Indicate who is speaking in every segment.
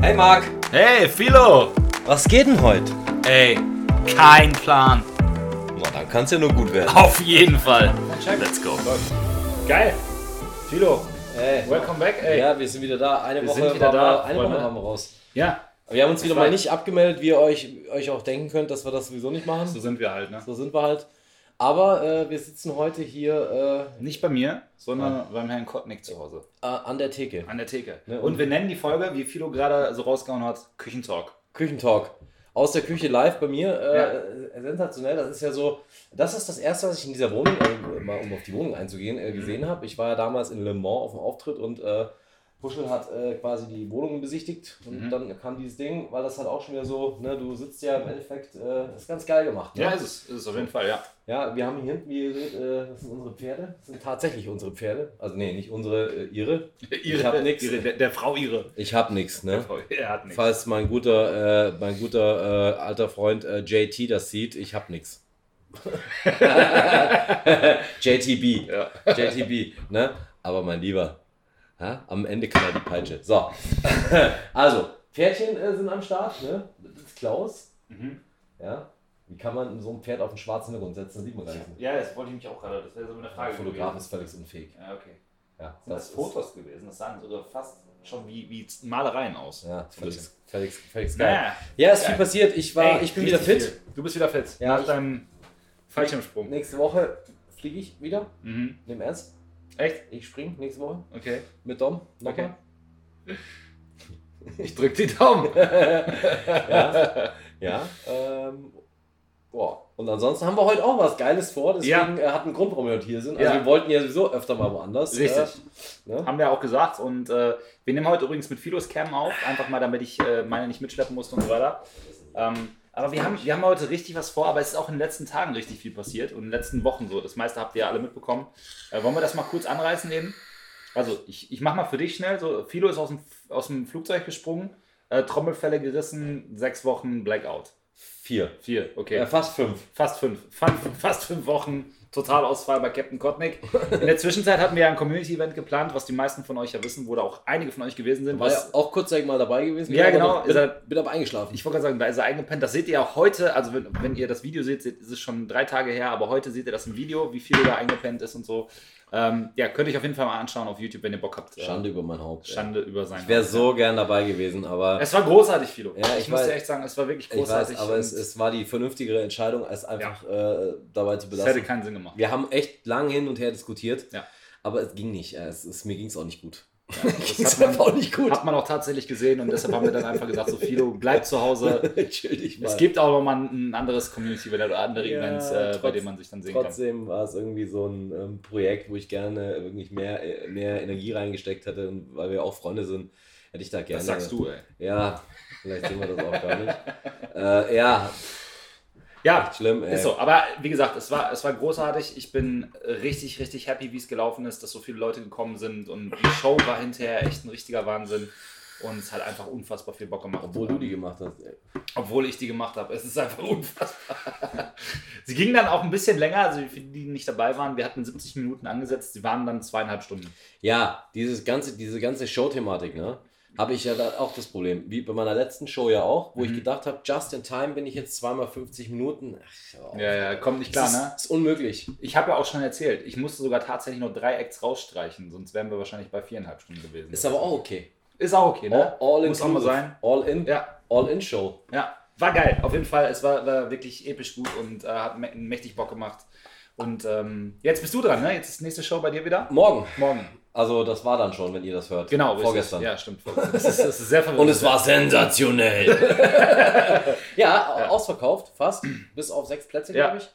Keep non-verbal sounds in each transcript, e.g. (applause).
Speaker 1: Hey Marc,
Speaker 2: Hey, Philo!
Speaker 3: Was geht denn heute?
Speaker 2: Ey, kein Plan.
Speaker 3: Na, dann kann's ja nur gut werden.
Speaker 2: Auf jeden Fall. Let's go.
Speaker 4: Geil. Philo,
Speaker 1: Hey.
Speaker 4: welcome back, ey.
Speaker 1: Ja, wir sind wieder da. Eine
Speaker 4: Wir
Speaker 1: Woche
Speaker 4: sind wieder
Speaker 1: waren
Speaker 4: da,
Speaker 1: wir, eine
Speaker 4: Freunde.
Speaker 1: Woche haben wir raus.
Speaker 4: Ja,
Speaker 1: Aber wir haben uns wieder
Speaker 4: war-
Speaker 1: mal nicht abgemeldet, wie ihr euch, euch auch denken könnt, dass wir das sowieso nicht machen.
Speaker 4: so
Speaker 1: So,
Speaker 4: sind wir halt, ne?
Speaker 1: sind wir halt. Aber äh, wir sitzen heute hier
Speaker 4: Nicht bei mir, sondern beim Herrn Kottnick zu Hause.
Speaker 1: äh, äh, an der Theke.
Speaker 4: Ah. An der Theke.
Speaker 1: Ne, und-
Speaker 4: und wir nennen die Folge, wie Philo gerade so rausgehauen hat, Küchentalk.
Speaker 1: Küchentalk. Aus der Küche live bei mir. Äh, Sensationell. Das ist ja so. Das ist das erste, was ich in dieser Wohnung, äh, mal um auf die Wohnung einzugehen, äh, gesehen habe. Ich war ja damals in Le Mans auf dem Auftritt und äh, Puschel hat äh, quasi die Wohnung besichtigt und
Speaker 4: Mhm.
Speaker 1: dann kam dieses Ding, weil das halt auch schon wieder so, ne, du sitzt ja im Endeffekt, äh, das ist ganz geil gemacht. Ne?
Speaker 4: Ja, ist es. Ist es auf jeden Fall, ja.
Speaker 1: Ja, wir haben hier hinten, wie ihr seht, äh, das sind unsere Pferde. Das sind tatsächlich unsere Pferde. Also nee, nicht unsere, äh, ihre. Ich hab nix.
Speaker 4: Ihre, der, der Frau ihre.
Speaker 1: Ich hab nichts, ne?
Speaker 4: (laughs) Er hat nichts.
Speaker 1: Falls mein guter, äh, mein guter äh, alter Freund äh, JT das sieht, ich hab nix. (laughs) JTB.
Speaker 4: Ja.
Speaker 1: JTB, ne? Aber mein Lieber, ja? am Ende knallt die Peitsche. So. (laughs) also, Pferdchen äh, sind am Start, ne? Das ist Klaus.
Speaker 4: Mhm.
Speaker 1: Ja. Wie kann man so ein Pferd auf einen schwarzen Hintergrund setzen? Das sieht man gar nicht.
Speaker 4: Ja, das wollte ich mich auch gerade. Das wäre so eine
Speaker 1: Der
Speaker 4: Frage.
Speaker 1: Fotograf ist völlig unfähig.
Speaker 4: Ja, okay.
Speaker 1: Ja,
Speaker 4: Sind das,
Speaker 1: ist-
Speaker 4: Fotos gewesen? Das sahen sogar fast schon wie, wie Malereien aus.
Speaker 1: Ja,
Speaker 4: So ein
Speaker 1: völlig,
Speaker 4: bisschen.
Speaker 1: völlig, völlig geil.
Speaker 4: Naja.
Speaker 1: Ja, ist viel
Speaker 4: Geil.
Speaker 1: passiert. Ich, war,
Speaker 4: Ey,
Speaker 1: ich bin wieder
Speaker 4: richtig
Speaker 1: fit.
Speaker 4: viel. Du bist wieder fit.
Speaker 1: Ja,
Speaker 4: Nach
Speaker 1: ich-
Speaker 4: deinem Fallschirmsprung.
Speaker 1: Nächste Woche fliege ich wieder.
Speaker 4: Mhm.
Speaker 1: Nimm ernst.
Speaker 4: Echt?
Speaker 1: Ich springe nächste Woche
Speaker 4: Okay.
Speaker 1: mit Dom.
Speaker 4: Okay.
Speaker 1: Nochmal.
Speaker 4: Ich drück die
Speaker 1: (laughs)
Speaker 4: Daumen.
Speaker 1: Ja. ja. Ähm, boah. Und ansonsten haben wir heute auch was Geiles vor. Deswegen äh, hat einen Grund, warum wir heute hier sind. Also
Speaker 4: Ja.
Speaker 1: wir wollten ja sowieso öfter mal woanders.
Speaker 4: Richtig.
Speaker 1: Äh, ne?
Speaker 4: Haben wir auch gesagt. Und äh, wir nehmen heute übrigens mit Philos Cam auf, einfach mal, damit ich äh, meine nicht mitschleppen musste und so weiter. Ähm, aber wir haben, wir haben heute richtig was vor, aber es ist auch in den letzten Tagen richtig viel passiert und in den letzten Wochen so. Das meiste habt ihr ja alle mitbekommen. Äh, wollen wir das mal kurz anreißen eben? Also, ich, ich mach mal für dich schnell. So, Philo ist aus dem, aus dem Flugzeug gesprungen, äh, Trommelfälle gerissen, sechs Wochen Blackout.
Speaker 1: Vier.
Speaker 4: Vier, okay.
Speaker 1: Äh, fast fünf.
Speaker 4: Fast fünf. Fast, fast fünf Wochen Totalausfall bei Captain Kotnick. In der Zwischenzeit hatten wir ja ein Community-Event geplant, was die meisten von euch ja wissen, wo da auch einige von euch gewesen sind.
Speaker 1: War ja
Speaker 4: Was,
Speaker 1: auch kurzzeitig mal dabei gewesen.
Speaker 4: Ja,
Speaker 1: Bin
Speaker 4: genau.
Speaker 1: aber-
Speaker 4: Ist er-
Speaker 1: Bin, bin aber eingeschlafen.
Speaker 4: ich wollte gerade sagen, da ist er eingepennt. Das seht ihr auch heute, also wenn, wenn ihr das Video seht, seht, ist es schon drei Tage her, aber heute seht ihr das im Video, wie viel da eingepennt ist und so. Ähm, ja, könnt ihr euch auf jeden Fall mal anschauen auf YouTube, wenn ihr Bock habt. Äh,
Speaker 1: Schande über mein Haupt. ey.
Speaker 4: Schande über sein.
Speaker 1: Ich wäre so gern dabei gewesen, aber
Speaker 4: Es war großartig, Philo.
Speaker 1: Ja,
Speaker 4: ich
Speaker 1: ich
Speaker 4: muss dir
Speaker 1: weiß.
Speaker 4: echt sagen, es war wirklich
Speaker 1: ich
Speaker 4: großartig.
Speaker 1: weiß, aber es,
Speaker 4: und
Speaker 1: es war die vernünftigere Entscheidung, als einfach äh, dabei zu
Speaker 4: es hätte
Speaker 1: belassen.
Speaker 4: keinen Sinn
Speaker 1: (laughs)
Speaker 4: gemacht.
Speaker 1: Wir haben echt lang hin und her diskutiert,
Speaker 4: Ja.
Speaker 1: aber es ging nicht. Es, es, mir ging es auch nicht
Speaker 4: (laughs)
Speaker 1: gut.
Speaker 4: Das
Speaker 1: Ging's
Speaker 4: hat man-
Speaker 1: einfach auch nicht gut. (laughs)
Speaker 4: Hat man auch tatsächlich gesehen und deshalb haben wir dann einfach gesagt, so Philo, bleib zu
Speaker 1: (laughs)
Speaker 4: Hause.
Speaker 1: Entschuldigt mal.
Speaker 4: Es gibt auch nochmal ein anderes Community oder andere
Speaker 1: Ja,
Speaker 4: Events, äh, bei
Speaker 1: trotz-
Speaker 4: denen man sich dann sehen
Speaker 1: Trotzdem war es irgendwie so ein ähm, Projekt, wo ich gerne wirklich mehr, äh, mehr Energie reingesteckt hätte und weil wir auch Freunde sind, hätte ich da
Speaker 4: kann.
Speaker 1: gerne.
Speaker 4: Das sagst du, ey.
Speaker 1: Ja, vielleicht sehen wir das auch gar nicht. Äh,
Speaker 4: (laughs)
Speaker 1: ja,
Speaker 4: Ja,
Speaker 1: schlimm. Ey.
Speaker 4: ist so. Aber wie gesagt, es war, es war großartig. Ich bin richtig, richtig happy, wie es gelaufen ist, dass so viele Leute gekommen sind und die Show war hinterher echt ein richtiger Wahnsinn. Und es hat einfach unfassbar viel Bock gemacht.
Speaker 1: Obwohl du die gemacht hast. ey.
Speaker 4: Obwohl ich die gemacht habe. Es ist einfach (laughs) unfassbar. sie ging dann auch ein bisschen länger, also für die, die nicht dabei waren. Wir hatten 70 Minuten angesetzt, sie waren dann zweieinhalb Stunden.
Speaker 1: Ja, dieses ganze, diese ganze Show-Thematik, ne? Habe ich ja da auch das Problem. Wie bei meiner letzten Show ja auch, wo ich
Speaker 4: Mhm.
Speaker 1: gedacht habe, just in time bin ich jetzt zweimal 50 Minuten. Ach, hör auf.
Speaker 4: Ja, ja, kommt nicht
Speaker 1: Das
Speaker 4: klar,
Speaker 1: ist,
Speaker 4: ne?
Speaker 1: ist unmöglich.
Speaker 4: Ich habe ja auch schon erzählt, ich musste sogar tatsächlich nur drei Acts rausstreichen, sonst wären wir wahrscheinlich bei viereinhalb Stunden gewesen.
Speaker 1: Ist aber auch okay.
Speaker 4: Ist auch okay, ne?
Speaker 1: All, all in
Speaker 4: Muss auch mal sein.
Speaker 1: All in,
Speaker 4: Ja,
Speaker 1: all in Show.
Speaker 4: ja. War geil, auf jeden Fall. Es war, war wirklich episch gut und äh, hat mä- mächtig Bock gemacht. Und ähm, jetzt bist du dran, ne? Jetzt ist nächste Show bei dir wieder.
Speaker 1: Morgen.
Speaker 4: Morgen.
Speaker 1: Also das war dann schon, wenn ihr das hört.
Speaker 4: Genau, richtig.
Speaker 1: vorgestern.
Speaker 4: Ja, stimmt. Vorgestern. Das ist, das ist sehr
Speaker 1: (laughs)
Speaker 4: verwirrend.
Speaker 1: Und es war sensationell. (laughs) ja,
Speaker 4: Ja.
Speaker 1: ausverkauft, fast. Bis auf sechs Plätze,
Speaker 4: Ja.
Speaker 1: glaube ich.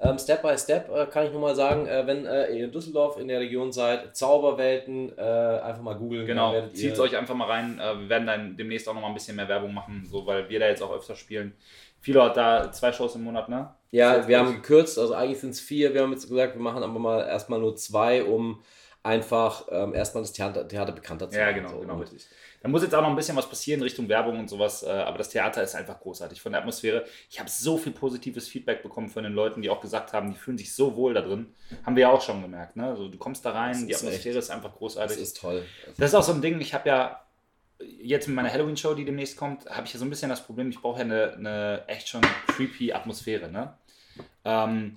Speaker 1: Ähm, step by Step äh, kann ich nur mal sagen, äh, wenn äh, ihr in Düsseldorf in der Region seid, Zauberwelten, äh, einfach mal googeln. dann
Speaker 4: Genau,
Speaker 1: werdet
Speaker 4: zieht
Speaker 1: ihr-
Speaker 4: euch einfach mal rein. Äh, Wir werden dann demnächst auch noch mal ein bisschen mehr Werbung machen, so weil wir da jetzt auch öfter spielen. Philo hat da zwei Shows im Monat, ne?
Speaker 1: Ja, wir haben gekürzt, also eigentlich sind es vier. Wir haben jetzt gesagt, wir machen aber mal erstmal nur zwei, um einfach ähm, erstmal das Theater, Theater bekannter zu
Speaker 4: Ja,
Speaker 1: machen.
Speaker 4: genau,
Speaker 1: So,
Speaker 4: genau,
Speaker 1: und-
Speaker 4: richtig. Da muss jetzt auch noch ein bisschen was passieren Richtung Werbung und sowas, äh, aber das Theater ist einfach großartig von der Atmosphäre. Ich habe so viel positives Feedback bekommen von den Leuten, die auch gesagt haben, die fühlen sich so wohl da drin. Haben wir ja auch schon gemerkt, ne? Also, du kommst da rein,
Speaker 1: Das
Speaker 4: die
Speaker 1: ist
Speaker 4: Atmosphäre
Speaker 1: echt-
Speaker 4: ist einfach großartig.
Speaker 1: Das ist toll.
Speaker 4: Das ist auch so ein Ding, ich habe ja jetzt mit meiner Halloween-Show, die demnächst kommt, habe ich ja so ein bisschen das Problem, ich brauche ja eine, eine echt schon creepy Atmosphäre, ne? Ähm,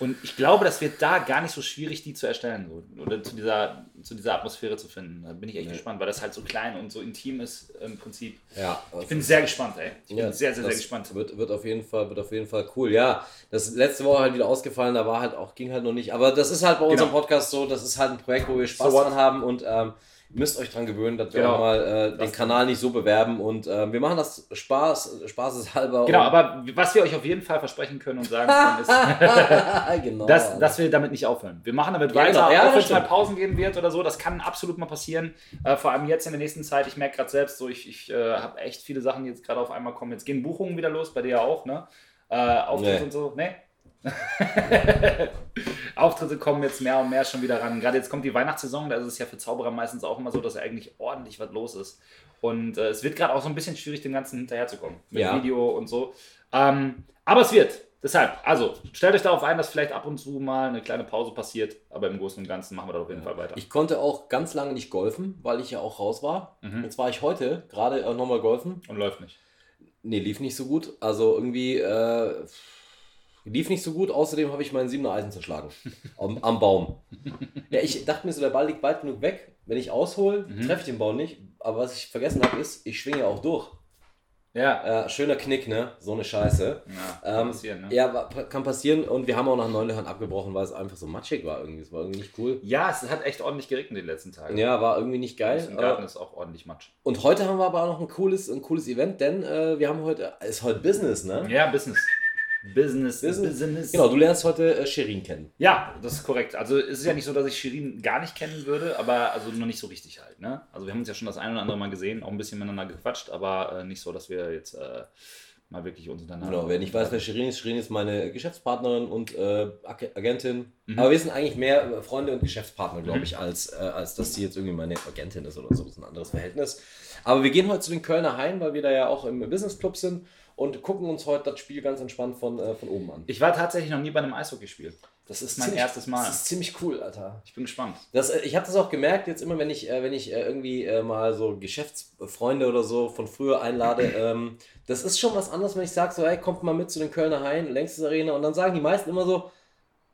Speaker 4: und ich glaube, das wird da gar nicht so schwierig, die zu erstellen so, oder zu dieser, zu dieser Atmosphäre zu finden. Da bin ich echt
Speaker 1: Nee.
Speaker 4: gespannt, weil das halt so klein und so intim ist im Prinzip.
Speaker 1: Ja,
Speaker 4: Ich bin sehr gespannt, ey. Ich bin sehr, sehr, sehr
Speaker 1: das
Speaker 4: gespannt.
Speaker 1: Wird, wird, auf jeden Fall, wird auf jeden Fall cool. Ja, das ist letzte Woche halt wieder ausgefallen, da war halt auch, ging halt noch nicht. Aber das ist halt bei unserem Podcast so, das ist halt ein Projekt, wo wir Spaß
Speaker 4: Genau. So what?
Speaker 1: dran haben und ähm, müsst euch dran gewöhnen, dass wir
Speaker 4: Genau.
Speaker 1: auch mal äh, den
Speaker 4: Das-
Speaker 1: Kanal nicht so bewerben. Und ähm, wir machen das Spaß, spaßeshalber.
Speaker 4: Genau,
Speaker 1: und-
Speaker 4: aber was wir euch auf jeden Fall versprechen können und sagen können, ist,
Speaker 1: (laughs)
Speaker 4: (laughs)
Speaker 1: genau.
Speaker 4: dass, dass wir damit nicht aufhören. Wir machen damit
Speaker 1: Ja,
Speaker 4: weiter,
Speaker 1: genau. Ja,
Speaker 4: auch
Speaker 1: das
Speaker 4: wenn es mal
Speaker 1: stimmt.
Speaker 4: Pausen geben wird oder so. Das kann absolut mal passieren. Äh, vor allem jetzt in der nächsten Zeit. Ich merke gerade selbst, so ich, ich äh, habe echt viele Sachen, die jetzt gerade auf einmal kommen. Jetzt gehen Buchungen wieder los, bei dir ja auch, ne? Äh, Auftritte
Speaker 1: Nee.
Speaker 4: und so, ne? (laughs) Auftritte kommen jetzt mehr und mehr schon wieder ran. Gerade jetzt kommt die Weihnachtssaison, da ist es ja für Zauberer meistens auch immer so, dass eigentlich ordentlich was los ist. Und äh, es wird gerade auch so ein bisschen schwierig, dem Ganzen hinterherzukommen. Mit
Speaker 1: Ja.
Speaker 4: Video und so. Ähm, aber es wird. Deshalb, also stellt euch darauf ein, dass vielleicht ab und zu mal eine kleine Pause passiert, aber im Großen und Ganzen machen wir da auf jeden Fall weiter.
Speaker 1: Ich konnte auch ganz lange nicht golfen, weil ich ja auch raus war.
Speaker 4: Mhm.
Speaker 1: Jetzt war ich heute gerade äh, nochmal golfen.
Speaker 4: Und läuft nicht.
Speaker 1: Nee, lief nicht so gut. Also irgendwie äh, lief nicht so gut. Außerdem habe ich meinen siebener Eisen zerschlagen. am, am Baum. Ja, ich dachte mir so, der Ball liegt weit genug weg. Wenn ich aushole,
Speaker 4: Mhm.
Speaker 1: treffe ich den Baum nicht. Aber was ich vergessen habe, ist, ich schwinge ja auch durch.
Speaker 4: Ja.
Speaker 1: Äh, schöner Knick, ne? So eine Scheiße.
Speaker 4: ja
Speaker 1: Ähm,
Speaker 4: kann passieren, ne?
Speaker 1: Ja, wa- kann passieren. Und wir haben auch nach neun Löchern abgebrochen, weil es einfach so matschig war irgendwie. Es war irgendwie nicht cool.
Speaker 4: ja, es hat echt ordentlich geregnet die letzten Tage.
Speaker 1: Ja, war irgendwie nicht geil.
Speaker 4: Im
Speaker 1: Äh,
Speaker 4: Garten ist auch ordentlich Matsch.
Speaker 1: Und heute haben wir aber auch noch ein cooles, ein cooles Event, denn äh, wir haben heute, ist heute Business, ne?
Speaker 4: Ja, Business. Business,
Speaker 1: Business.
Speaker 4: Business.
Speaker 1: Genau, du lernst heute äh, Shirin kennen.
Speaker 4: Ja, das ist korrekt. Also es ist ja nicht so, dass ich Shirin gar nicht kennen würde, aber also nur nicht so richtig halt. Ne? Also wir haben uns ja schon das ein oder andere Mal gesehen, auch ein bisschen miteinander gequatscht, aber äh, nicht so, dass wir jetzt äh, mal wirklich uns untereinander.
Speaker 1: Genau, wer nicht weiß, wer Shirin ist, Shirin ist meine Geschäftspartnerin und äh, Ag- Agentin.
Speaker 4: Mhm.
Speaker 1: Aber wir sind eigentlich mehr äh, Freunde und Geschäftspartner, glaube
Speaker 4: Mhm.
Speaker 1: ich, als, äh, als dass sie jetzt irgendwie meine Agentin ist oder so. Das ist ein anderes Verhältnis. Aber wir gehen heute zu den Kölner Hain, weil wir da ja auch im Business Club sind und gucken uns heute das Spiel ganz entspannt von, äh, von oben an.
Speaker 4: Ich war tatsächlich noch nie bei einem Eishockeyspiel. Das ist mein
Speaker 1: Ziemlich-
Speaker 4: erstes Mal.
Speaker 1: Das ist ziemlich cool, Alter.
Speaker 4: Ich bin gespannt.
Speaker 1: Das, äh, ich habe das auch gemerkt, jetzt immer, wenn ich, äh, wenn ich äh, irgendwie äh, mal so Geschäftsfreunde oder so von früher
Speaker 4: (clears throat)
Speaker 1: einlade, ähm, das ist schon was anderes, wenn ich sage, so, hey, kommt mal mit zu den Kölner Hain, längstes Arena, und dann sagen die meisten immer so,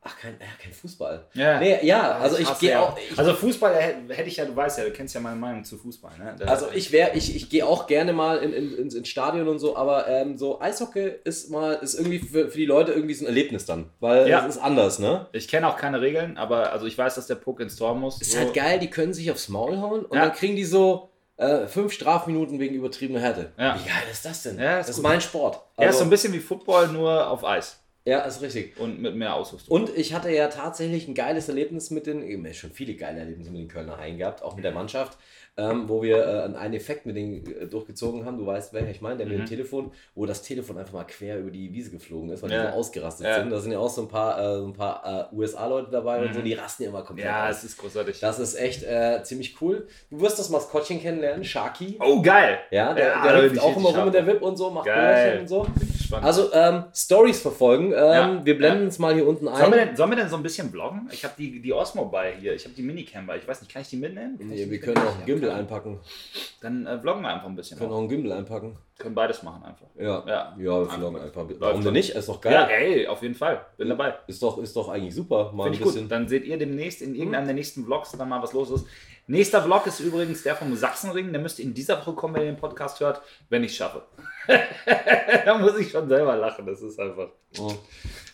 Speaker 1: ach, kein, ja, kein Fußball.
Speaker 4: Ja.
Speaker 1: Nee, ja, also ich,
Speaker 4: hasse
Speaker 1: gehe
Speaker 4: ja.
Speaker 1: auch, ich,
Speaker 4: also Fußball hätte hätte ich ja, du weißt ja, du kennst ja meine Meinung zu Fußball. Ne? Da-
Speaker 1: also ich wäre, ich, ich gehe auch gerne mal in, in, ins, ins Stadion und so, aber ähm, so Eishockey ist mal, ist irgendwie für, für die Leute irgendwie so ein Erlebnis dann, weil
Speaker 4: Ja.
Speaker 1: es ist anders, ne?
Speaker 4: ich kenne auch keine Regeln, aber also ich weiß, dass der Puck ins Tor muss.
Speaker 1: Ist
Speaker 4: so.
Speaker 1: halt geil, die können sich aufs Maul hauen und
Speaker 4: Ja.
Speaker 1: dann kriegen die so äh, fünf Strafminuten wegen übertriebener Härte.
Speaker 4: Ja.
Speaker 1: Wie geil ist das denn?
Speaker 4: Ja, ist
Speaker 1: das ist
Speaker 4: gut.
Speaker 1: mein Sport.
Speaker 4: Ja, ist so ein
Speaker 1: Also-
Speaker 4: bisschen wie Football, nur auf Eis
Speaker 1: ja, ist richtig.
Speaker 4: und mit mehr Ausrüstung.
Speaker 1: Und ich hatte ja tatsächlich ein geiles Erlebnis mit den, eben schon viele geile Erlebnisse mit den Kölner Haien gehabt, auch mit der Mannschaft, ähm, wo wir äh, einen Effekt mit denen äh, durchgezogen haben. Du weißt, welcher ich meine, der mit dem
Speaker 4: Mhm.
Speaker 1: Telefon, wo das Telefon einfach mal quer über die Wiese geflogen ist, weil die
Speaker 4: Ja.
Speaker 1: so ausgerastet
Speaker 4: Ja.
Speaker 1: sind. Da sind ja auch so ein paar, äh, so ein paar äh, USA-Leute dabei und so, die rasten ja immer komplett
Speaker 4: Mhm. Ja,
Speaker 1: aus.
Speaker 4: es ist großartig.
Speaker 1: Das ist echt äh, ziemlich cool. Du wirst das Maskottchen kennenlernen, Sharky.
Speaker 4: Oh, geil!
Speaker 1: Ja, der,
Speaker 4: Ja, da
Speaker 1: der
Speaker 4: bin
Speaker 1: hüpft
Speaker 4: ich
Speaker 1: auch
Speaker 4: richtig
Speaker 1: immer rum
Speaker 4: scharf
Speaker 1: mit der Wip und so, macht
Speaker 4: Geil.
Speaker 1: Bällchen und so.
Speaker 4: Bin gespannt.
Speaker 1: Also, ähm, Stories verfolgen. Ähm,
Speaker 4: Ja,
Speaker 1: wir blenden
Speaker 4: ja.
Speaker 1: es mal hier unten ein.
Speaker 4: sollen, wir denn, sollen wir denn so ein bisschen vloggen? Ich habe die, die Osmo bei hier, ich habe die Minicam bei. Ich weiß nicht, kann ich die mitnehmen? Kann ich
Speaker 1: Nee,
Speaker 4: die
Speaker 1: wir
Speaker 4: mitnehmen?
Speaker 1: können auch einen
Speaker 4: Ja,
Speaker 1: Gimbal
Speaker 4: kann.
Speaker 1: einpacken.
Speaker 4: Dann äh, vloggen wir einfach ein bisschen.
Speaker 1: Wir können
Speaker 4: Können,
Speaker 1: auch einen Gimbal einpacken.
Speaker 4: können beides machen einfach.
Speaker 1: Ja.
Speaker 4: Ja.
Speaker 1: Ja, wir
Speaker 4: Einfach
Speaker 1: vloggen
Speaker 4: mal.
Speaker 1: einfach. Warum
Speaker 4: Läuft
Speaker 1: denn
Speaker 4: doch.
Speaker 1: nicht? Ist doch
Speaker 4: Ja,
Speaker 1: geil. Mhm.
Speaker 4: ey, auf jeden Fall. Bin dabei.
Speaker 1: Ist doch, ist doch eigentlich super. Mal ein
Speaker 4: Finde ich
Speaker 1: bisschen.
Speaker 4: gut. Dann seht ihr demnächst in irgendeinem der nächsten Vlogs dann mal, was los ist. Nächster Vlog ist übrigens der vom Sachsenring. Der müsste in dieser Woche kommen, wenn ihr den Podcast hört, wenn ich es schaffe. (laughs) da muss ich schon selber lachen. Das ist einfach.
Speaker 1: Ja.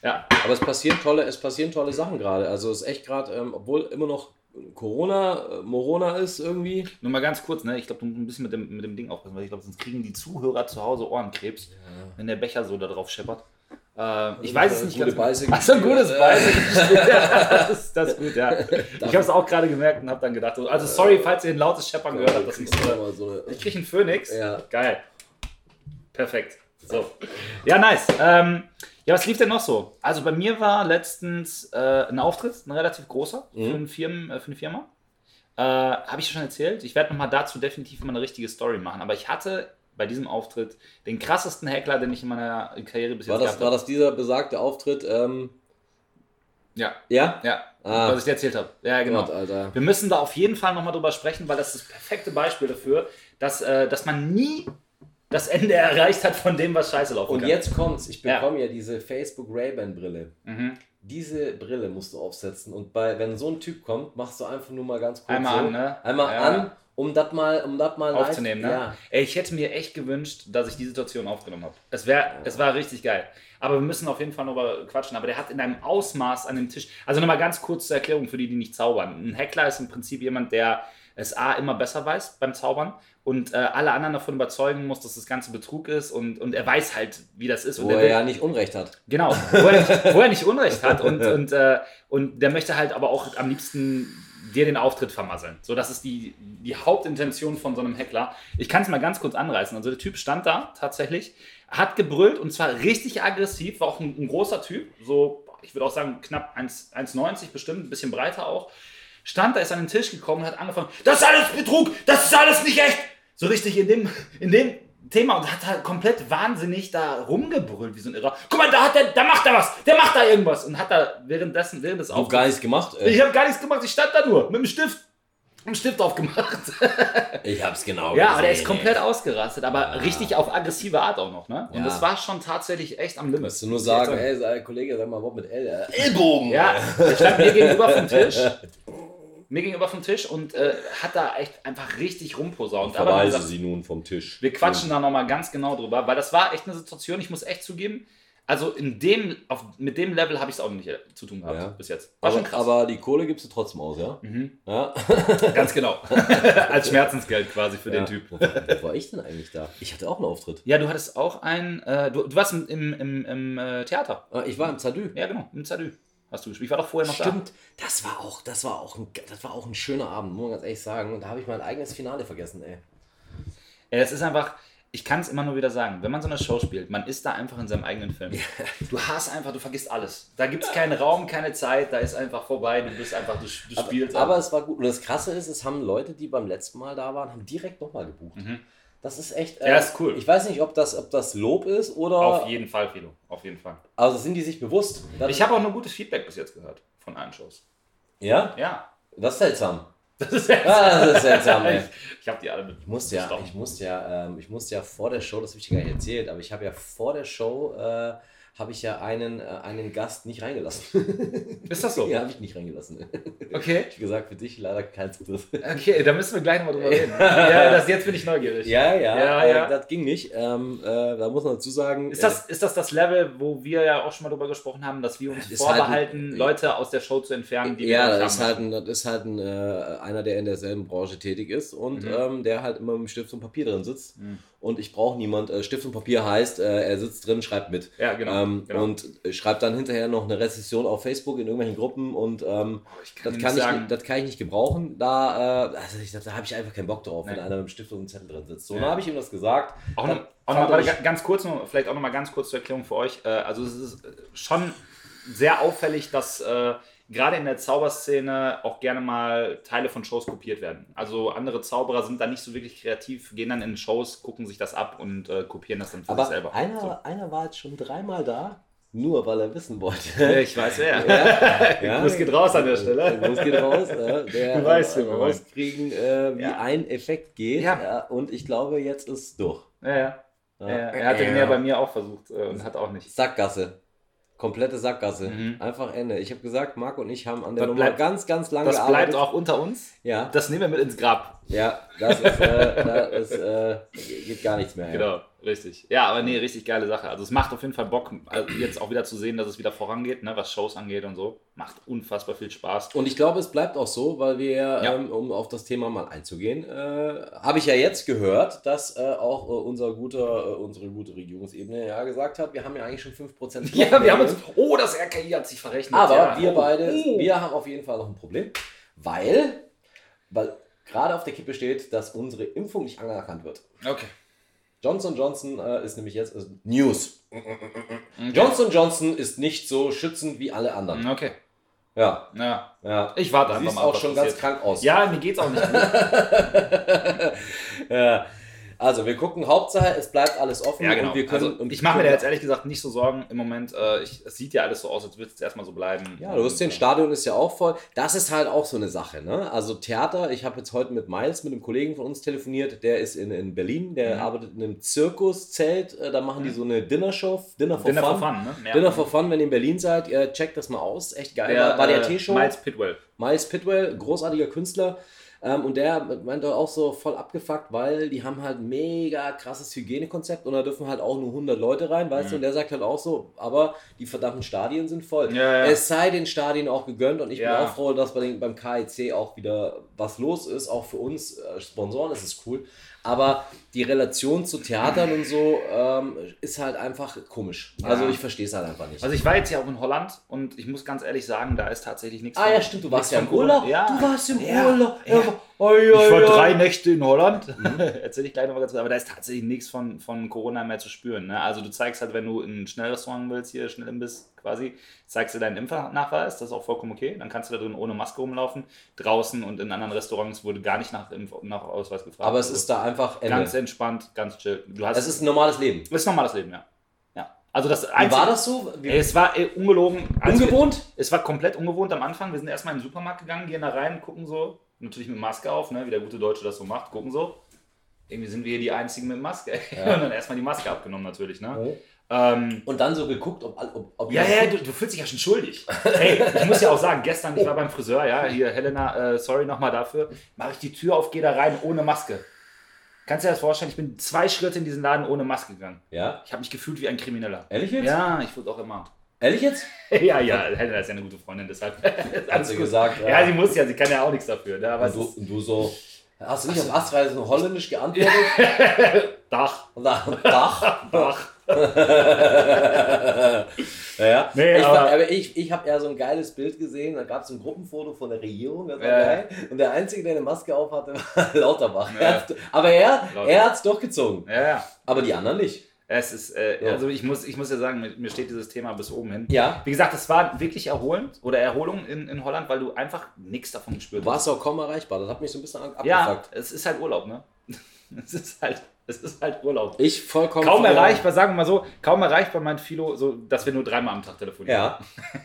Speaker 4: Ja,
Speaker 1: Aber es passieren tolle, es passieren tolle Sachen gerade. Also es ist echt gerade, ähm, obwohl immer noch Corona, äh, Morona ist irgendwie.
Speaker 4: nur mal ganz kurz, ne? Ich glaube, du musst ein bisschen mit dem, mit dem Ding aufpassen, weil ich glaube, sonst kriegen die Zuhörer zu Hause Ohrenkrebs, wenn der Becher so da drauf scheppert. Äh, ich weiß es nicht
Speaker 1: Gute
Speaker 4: ganz.
Speaker 1: Beiße-
Speaker 4: Ach so, ein gutes
Speaker 1: Äh,
Speaker 4: Bein. das, ist, das ist gut, ja. Ich habe es auch gerade gemerkt und habe dann gedacht, also sorry, falls ihr ein lautes Scheppern gehört habt, das ist so.
Speaker 1: Mal so eine-
Speaker 4: Ich krieg einen Phönix.
Speaker 1: Ja.
Speaker 4: Geil. Perfekt. So. Ja, nice. Ähm, ja, was lief denn noch so? Also bei mir war letztens äh, ein Auftritt, ein relativ großer für,
Speaker 1: Mhm.
Speaker 4: einen Firmen, äh, für eine Firma. Äh, Habe ich schon erzählt. Ich werde nochmal dazu definitiv mal eine richtige Story machen. Aber ich hatte bei diesem Auftritt den krassesten Heckler, den ich in meiner Karriere bis
Speaker 1: War
Speaker 4: jetzt
Speaker 1: das, war
Speaker 4: gehabt
Speaker 1: das dieser besagte Auftritt, ähm,
Speaker 4: Ja,
Speaker 1: Ja?
Speaker 4: ja.
Speaker 1: Ah.
Speaker 4: Was ich dir erzählt habe. Ja, genau.
Speaker 1: Gott, Alter.
Speaker 4: Wir müssen da auf jeden Fall nochmal drüber sprechen, weil das ist das perfekte Beispiel dafür, dass, äh, dass man nie das Ende (laughs) erreicht hat von dem, was scheiße laufen
Speaker 1: Und
Speaker 4: kann.
Speaker 1: jetzt kommt's. Ich
Speaker 4: Ja.
Speaker 1: bekomme ja, diese Facebook Ray-Ban-Brille.
Speaker 4: Mhm.
Speaker 1: Diese Brille musst du aufsetzen. Und bei, wenn so ein Typ kommt, machst du einfach nur mal ganz kurz
Speaker 4: Einmal
Speaker 1: so,
Speaker 4: an, ne?
Speaker 1: Einmal
Speaker 4: Ja.
Speaker 1: an, um das mal, um das mal live-
Speaker 4: aufzunehmen, ne?
Speaker 1: Ja.
Speaker 4: Ey, ich hätte mir echt gewünscht, dass ich die Situation aufgenommen habe. Es, wär, es war richtig geil. Aber wir müssen auf jeden Fall nochmal quatschen. Aber der hat in einem Ausmaß an dem Tisch. Also nochmal ganz kurz zur Erklärung für die, die nicht zaubern. Ein Heckler ist im Prinzip jemand, der es A immer besser weiß beim Zaubern und äh, alle anderen davon überzeugen muss, dass das Ganze Betrug ist und, und er weiß halt, wie das ist. Und
Speaker 1: Wo
Speaker 4: er
Speaker 1: er
Speaker 4: will-
Speaker 1: Oh ja nicht Unrecht hat.
Speaker 4: Genau, wo er nicht, wo er nicht Unrecht hat und, und, äh, und der möchte halt aber auch am liebsten dir den Auftritt vermasseln. So, das ist die, die Hauptintention von so einem Heckler. Ich kann es mal ganz kurz anreißen. Also der Typ stand da tatsächlich, hat gebrüllt und zwar richtig aggressiv, war auch ein, ein großer Typ, so ich würde auch sagen knapp 1 1,90 bestimmt, ein bisschen breiter auch. Stand da, ist an den Tisch gekommen und hat angefangen, das ist alles Betrug, das ist alles nicht echt. So richtig in dem, in dem Thema und hat halt komplett wahnsinnig da rumgebrüllt wie so ein Irrer. Guck mal, da hat der, da macht er was, der macht da irgendwas und hat da währenddessen, während des
Speaker 1: Auch
Speaker 4: Auftritts-
Speaker 1: gar nichts gemacht.
Speaker 4: Ich
Speaker 1: Äh,
Speaker 4: habe gar nichts gemacht, ich stand da nur mit dem Stift. Mit dem Stift aufgemacht.
Speaker 1: ich hab's genau
Speaker 4: Ja, aber der ist
Speaker 1: gesehen,
Speaker 4: komplett ausgerastet, aber
Speaker 1: Ah.
Speaker 4: richtig auf aggressive Art auch noch, ne? Und
Speaker 1: Ja.
Speaker 4: das war schon tatsächlich echt am
Speaker 1: ey.
Speaker 4: Limit.
Speaker 1: Musst du nur
Speaker 4: muss ich jetzt
Speaker 1: sagen, ey, sei, Kollege, sag mal Wort mit L. Äh,
Speaker 3: Ellbogen!
Speaker 4: Ja, der stand mir
Speaker 1: (laughs)
Speaker 4: gegenüber vom Tisch. Mir gegenüber vom Tisch und äh, hat da echt einfach richtig rumposaunt. Aber wie
Speaker 1: Verweise
Speaker 4: gesagt,
Speaker 1: sie nun vom Tisch.
Speaker 4: wir quatschen da nochmal ganz genau drüber, weil das war echt eine Situation, ich muss echt zugeben, also in dem, auf, mit dem Level habe ich es auch nicht äh, zu tun gehabt
Speaker 1: Ja.
Speaker 4: bis jetzt. War schon
Speaker 1: Aber,
Speaker 4: krass.
Speaker 1: aber die Kohle gibst du trotzdem aus, ja?
Speaker 4: mhm.
Speaker 1: Ja.
Speaker 4: Ganz genau. (laughs) Als Schmerzensgeld quasi für den
Speaker 1: Ja.
Speaker 4: Typ.
Speaker 1: Wo wo war ich denn eigentlich da? Ich hatte auch einen Auftritt.
Speaker 4: Ja, du hattest auch einen, äh, du, du warst im, im, im, im äh, Theater.
Speaker 1: Ah, Ich war im Zadü.
Speaker 4: Ja, genau, im Zadü hast du gespielt. Ich war doch vorher noch
Speaker 1: Stimmt, das war auch, das war auch, ein, das war auch ein schöner Abend, muss man ganz ehrlich sagen. Und da habe ich mein eigenes Finale vergessen, ey.
Speaker 4: da. Ja, Es ist einfach, ich kann es immer nur wieder sagen, wenn man so eine Show spielt, man ist da einfach in seinem eigenen Film. Du hast einfach, du vergisst alles. Da gibt es keinen Raum, keine Zeit, da ist einfach vorbei, du bist einfach, du, sch- du spielst.
Speaker 1: Aber, aber es war gut. Und das Krasse ist, es haben Leute, die beim letzten Mal da waren, haben direkt nochmal gebucht.
Speaker 4: Mhm.
Speaker 1: Das ist echt. äh,
Speaker 4: Ja, ist cool.
Speaker 1: Ich weiß nicht, ob das, ob das Lob ist oder.
Speaker 4: auf jeden Fall, Filo, auf jeden Fall.
Speaker 1: Also sind die sich bewusst. dass-
Speaker 4: Ich habe auch nur gutes Feedback bis jetzt gehört von allen Shows.
Speaker 1: ja,
Speaker 4: Ja, (laughs)
Speaker 1: das ist seltsam.
Speaker 4: das ist ja.
Speaker 1: Ah, das ist seltsam, ey.
Speaker 4: (laughs) Ich habe die alle mit.
Speaker 1: Ich musste ja,
Speaker 4: Stopp.
Speaker 1: ich musste ja, ähm, ich musste ja vor der Show, das habe ich dir gar nicht erzählt, aber ich habe ja vor der Show, äh, habe ich ja einen, äh, einen Gast nicht reingelassen. (laughs)
Speaker 4: Ist das so?
Speaker 1: ja, habe ich nicht reingelassen. (laughs)
Speaker 4: Okay.
Speaker 1: Wie gesagt, für dich leider kein Zugriff.
Speaker 4: Okay, da müssen wir gleich nochmal drüber reden. Ja, das, jetzt bin ich neugierig.
Speaker 1: Ja, ja,
Speaker 4: Ja,
Speaker 1: äh,
Speaker 4: ja.
Speaker 1: das ging nicht. Ähm, äh, da muss man dazu sagen. äh,
Speaker 4: Ist das, ist das das Level, wo wir ja auch schon mal drüber gesprochen haben, dass wir uns
Speaker 1: Ist
Speaker 4: vorbehalten,
Speaker 1: halt ein-
Speaker 4: Leute aus der Show zu entfernen, die
Speaker 1: Äh, ja,
Speaker 4: wir
Speaker 1: das ist
Speaker 4: haben?
Speaker 1: halt, ein, das ist halt ein, äh, einer, der in derselben Branche tätig ist und
Speaker 4: Mhm.
Speaker 1: ähm, der halt immer mit Stift und Papier drin sitzt.
Speaker 4: Mhm.
Speaker 1: Und ich brauche niemand. Äh, Stift und Papier heißt, äh, er sitzt drin, schreibt mit.
Speaker 4: Ja, genau.
Speaker 1: ähm,
Speaker 4: genau.
Speaker 1: Und äh, schreibt dann hinterher noch eine Rezession auf Facebook in irgendwelchen Gruppen und ähm,
Speaker 4: Oh, ich
Speaker 1: das,
Speaker 4: dir
Speaker 1: kann
Speaker 4: nicht
Speaker 1: ich,
Speaker 4: sagen.
Speaker 1: nicht- das kann ich nicht gebrauchen. Da, äh, also ich, da habe ich einfach keinen Bock drauf,
Speaker 4: Nee.
Speaker 1: wenn einer mit dem Stift und einem Zettel drin sitzt. So,
Speaker 4: Ja.
Speaker 1: dann habe ich ihm das gesagt.
Speaker 4: Auch
Speaker 1: Dann
Speaker 4: noch, auch noch
Speaker 1: fand
Speaker 4: mal,
Speaker 1: er
Speaker 4: warte, ga- ganz kurz, noch, vielleicht auch nochmal ganz kurz zur Erklärung für euch. Äh, Also es ist äh, schon sehr auffällig, dass äh, gerade in der Zauberszene auch gerne mal Teile von Shows kopiert werden. Also andere Zauberer sind da nicht so wirklich kreativ, gehen dann in Shows, gucken sich das ab und äh, kopieren das dann für
Speaker 1: Aber
Speaker 4: sich selber.
Speaker 1: Einer,
Speaker 4: So.
Speaker 1: einer war jetzt schon dreimal da, nur weil er wissen wollte.
Speaker 4: Ja, Ich weiß
Speaker 1: (laughs)
Speaker 4: wer. (laughs)
Speaker 1: Ja, Äh,
Speaker 4: Gruß geht raus an der Stelle.
Speaker 1: Gruß geht raus.
Speaker 4: (laughs)
Speaker 1: Äh, der
Speaker 4: Du weißt,
Speaker 1: äh,
Speaker 4: wen wir meinen.
Speaker 1: rauskriegen, äh, wie
Speaker 4: Ja.
Speaker 1: ein Effekt geht.
Speaker 4: Ja.
Speaker 1: Äh, und ich glaube, jetzt ist es durch.
Speaker 4: Ja, ja.
Speaker 1: Ja.
Speaker 4: Ja, er hatte den ja bei mir auch versucht äh, und hat auch nicht.
Speaker 1: Sackgasse. Komplette Sackgasse.
Speaker 4: Mhm.
Speaker 1: Einfach Ende. Ich habe gesagt, Marc und ich haben an der
Speaker 4: Das
Speaker 1: Nummer
Speaker 4: bleibt-
Speaker 1: ganz, ganz lange
Speaker 4: Das
Speaker 1: gearbeitet.
Speaker 4: bleibt auch unter uns.
Speaker 1: Ja,
Speaker 4: Das nehmen wir mit ins Grab.
Speaker 1: ja, das ist, äh, das ist äh, geht gar nichts mehr. Ja.
Speaker 4: Genau, richtig. Ja, aber nee, richtig geile Sache. Also es macht auf jeden Fall Bock, also jetzt auch wieder zu sehen, dass es wieder vorangeht, ne, was Shows angeht und so. Macht unfassbar viel Spaß.
Speaker 1: Und ich glaube, es bleibt auch so, weil wir,
Speaker 4: Ja.
Speaker 1: ähm, um auf das Thema mal einzugehen, äh, habe ich ja jetzt gehört, dass äh, auch äh, unser guter, äh, unsere gute Regierungsebene ja gesagt hat, wir haben ja eigentlich schon
Speaker 4: (laughs)
Speaker 1: 5%
Speaker 4: Oh, das RKI hat sich verrechnet.
Speaker 1: Aber
Speaker 4: ja.
Speaker 1: wir
Speaker 4: Oh.
Speaker 1: beide,
Speaker 4: Oh.
Speaker 1: wir haben auf jeden Fall noch ein Problem, weil, weil gerade auf der Kippe steht, dass unsere Impfung nicht anerkannt wird.
Speaker 4: oh. Okay.
Speaker 1: Johnson Johnson äh, ist nämlich jetzt ist News.
Speaker 4: okay.
Speaker 1: Johnson Johnson ist nicht so schützend wie alle anderen.
Speaker 4: Okay.
Speaker 1: Ja,
Speaker 4: Ja.
Speaker 1: ja.
Speaker 4: Ich warte
Speaker 1: Du
Speaker 4: einfach
Speaker 1: siehst
Speaker 4: mal.
Speaker 1: auch
Speaker 4: was
Speaker 1: schon ganz
Speaker 4: passiert.
Speaker 1: krank aus.
Speaker 4: Ja, mir geht's auch nicht gut.
Speaker 1: Ja. Also, wir gucken, Hauptsache, es bleibt alles offen
Speaker 4: Ja, genau.
Speaker 1: und wir können.
Speaker 4: also,
Speaker 1: und
Speaker 4: ich mache mir da
Speaker 1: können-
Speaker 4: jetzt ehrlich gesagt nicht so Sorgen im Moment. Äh, ich, es sieht ja alles so aus, als würde es jetzt erstmal so bleiben. äh,
Speaker 1: Ja, du wirst sehen, Stadion ist ja auch voll. Das ist halt auch so eine Sache, ne? Also Theater, ich habe jetzt heute mit Miles, mit einem Kollegen von uns telefoniert, der ist in, in Berlin, der
Speaker 4: Mhm.
Speaker 1: arbeitet in einem Zirkuszelt, äh, da machen die so eine Dinnershow, Dinner for
Speaker 4: Dinner
Speaker 1: Fun.
Speaker 4: for Fun, ne? Ja.
Speaker 1: Dinner for Fun, wenn ihr in Berlin seid, ihr checkt das mal aus, echt geil.
Speaker 4: Der,
Speaker 1: war der
Speaker 4: äh,
Speaker 1: T-Show, Miles.
Speaker 4: Miles Pitwell.
Speaker 1: Pitwell, großartiger Künstler. Ähm, und der meinte auch so voll abgefuckt, weil die haben halt mega krasses Hygienekonzept und da dürfen halt auch nur 100 Leute rein, weißt du?
Speaker 4: Mhm.
Speaker 1: Und der sagt halt auch so, aber die verdammten Stadien sind voll.
Speaker 4: Ja, ja.
Speaker 1: Es sei den Stadien auch gegönnt und ich
Speaker 4: Ja.
Speaker 1: bin auch froh, dass bei den, beim KIC auch wieder was los ist. Auch für uns äh, Sponsoren ist es cool. Aber die Relation zu Theatern und so ähm, ist halt einfach komisch. Also ich verstehe es halt einfach nicht.
Speaker 4: Also ich war jetzt ja auch in Holland und ich muss ganz ehrlich sagen, da ist tatsächlich nichts.
Speaker 1: ah
Speaker 4: von-
Speaker 1: ja, stimmt, du warst
Speaker 4: nichts
Speaker 1: ja
Speaker 4: von
Speaker 1: im
Speaker 4: Corona.
Speaker 1: Urlaub.
Speaker 4: Ja.
Speaker 1: Du warst im
Speaker 4: Ja.
Speaker 1: Urlaub.
Speaker 4: Ja.
Speaker 1: Oi, oi,
Speaker 4: Ich war
Speaker 1: oi.
Speaker 4: drei Nächte in Holland. (laughs) Erzähl ich gleich nochmal ganz kurz. Aber da ist tatsächlich nichts von, von Corona mehr zu spüren. Ne? Also du zeigst halt, wenn du in ein Schnellrestaurant willst, hier schnell Imbiss quasi, zeigst du deinen Impfnachweis. Das ist auch vollkommen okay. Dann kannst du da drin ohne Maske rumlaufen. Draußen und in anderen Restaurants wurde gar nicht nach, Impf nach Ausweis gefragt.
Speaker 1: Aber es
Speaker 4: Also
Speaker 1: ist da einfach Ende.
Speaker 4: ganz entspannt, ganz chill. Du hast,
Speaker 1: es ist ein normales Leben.
Speaker 4: ist normales Leben, ja. ja. Also das
Speaker 1: Wie
Speaker 4: Einzige,
Speaker 1: war das so? Wie,
Speaker 4: Ey, es also- war ey, ungelogen. als wir-
Speaker 1: ungewohnt?
Speaker 4: es war komplett ungewohnt am Anfang. Wir sind erstmal in den Supermarkt gegangen, gehen da rein, gucken so. Natürlich mit Maske auf, ne? wie der gute Deutsche das so macht, gucken so. Irgendwie sind wir hier die Einzigen mit Maske. (laughs)
Speaker 1: Ja.
Speaker 4: Und dann erstmal die Maske abgenommen, natürlich. Ne? Ähm,
Speaker 1: Und dann so geguckt, ob, all- ob, ob
Speaker 4: ja,
Speaker 1: ihr-
Speaker 4: ja, du, du fühlst dich ja
Speaker 1: (laughs)
Speaker 4: schon schuldig. Hey, ich muss ja auch sagen, gestern,
Speaker 1: Oh.
Speaker 4: ich war beim Friseur, ja, hier, Helena, äh, sorry nochmal dafür. Mache ich die Tür auf, gehe da rein ohne Maske. Kannst du dir das vorstellen? Ich bin zwei Schritte in diesen Laden ohne Maske gegangen.
Speaker 1: ja.
Speaker 4: Ich habe mich gefühlt wie ein Krimineller.
Speaker 1: Ehrlich jetzt?
Speaker 4: Ja, ich wurde
Speaker 1: (laughs)
Speaker 4: auch ermahnt.
Speaker 1: Ehrlich jetzt?
Speaker 4: Ja, ja, Helena ist ja eine gute Freundin, deshalb. ist
Speaker 1: Hat
Speaker 4: alles
Speaker 1: sie
Speaker 4: gut.
Speaker 1: gesagt.
Speaker 4: Ja, sie muss ja, sie kann ja auch nichts dafür. Ne? Aber
Speaker 1: Und
Speaker 4: es
Speaker 1: du,
Speaker 4: ist
Speaker 1: und du so, hast du nicht auf Astreise nur holländisch geantwortet?
Speaker 4: Dach.
Speaker 1: Und dann, Dach.
Speaker 4: Dach.
Speaker 1: Ja.
Speaker 4: Nee,
Speaker 1: ich
Speaker 4: aber-
Speaker 1: fand- aber ich, ich habe ja so ein geiles Bild gesehen, da gab es ein Gruppenfoto von der Regierung, das war
Speaker 4: Ja.
Speaker 1: geil. Und der Einzige, der eine Maske auf hatte, (laughs) war Lauterbach.
Speaker 4: Ja.
Speaker 1: Er hat's- aber er,
Speaker 4: Lauterbach.
Speaker 1: er hat es doch gezogen.
Speaker 4: Ja, ja.
Speaker 1: Aber die anderen nicht.
Speaker 4: Es ist, äh,
Speaker 1: Ja.
Speaker 4: also ich muss, ich muss ja sagen, mir, mir steht dieses Thema bis oben hin.
Speaker 1: Ja.
Speaker 4: Wie gesagt, es war wirklich erholend oder Erholung in, in Holland, weil du einfach nichts davon gespürt
Speaker 1: Du
Speaker 4: hast.
Speaker 1: warst auch kaum erreichbar, das hat mich so ein bisschen ab-
Speaker 4: Ja,
Speaker 1: abgefuckt.
Speaker 4: es ist halt Urlaub, ne? (laughs) Es ist halt, es ist halt Urlaub.
Speaker 1: Ich vollkommen.
Speaker 4: Kaum
Speaker 1: verloren.
Speaker 4: erreichbar, sagen wir mal so, kaum erreichbar meint Philo, so, dass wir nur dreimal am Tag telefonieren.
Speaker 1: Ja,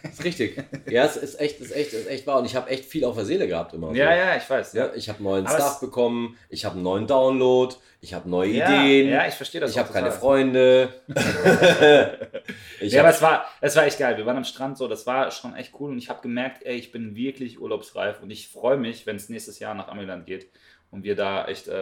Speaker 1: ist richtig. Ja, es ist echt, ist echt, ist echt wahr. Und ich habe echt viel auf der Seele gehabt immer.
Speaker 4: ja, ja, ich weiß.
Speaker 1: Ja, ich habe neuen
Speaker 4: Aber
Speaker 1: Stuff
Speaker 4: es-
Speaker 1: bekommen, ich habe einen neuen Download, ich habe neue
Speaker 4: Ja,
Speaker 1: Ideen,
Speaker 4: Ja, ich verstehe das.
Speaker 1: ich
Speaker 4: auch
Speaker 1: habe keine
Speaker 4: total. (laughs)
Speaker 1: Freunde. ich
Speaker 4: ja, aber
Speaker 1: hab,
Speaker 4: es war, es war echt geil. Wir waren am Strand so, das war schon echt cool und ich habe gemerkt, ey, ich bin wirklich urlaubsreif und ich freue mich, wenn es nächstes Jahr nach Amiland geht und wir da echt äh,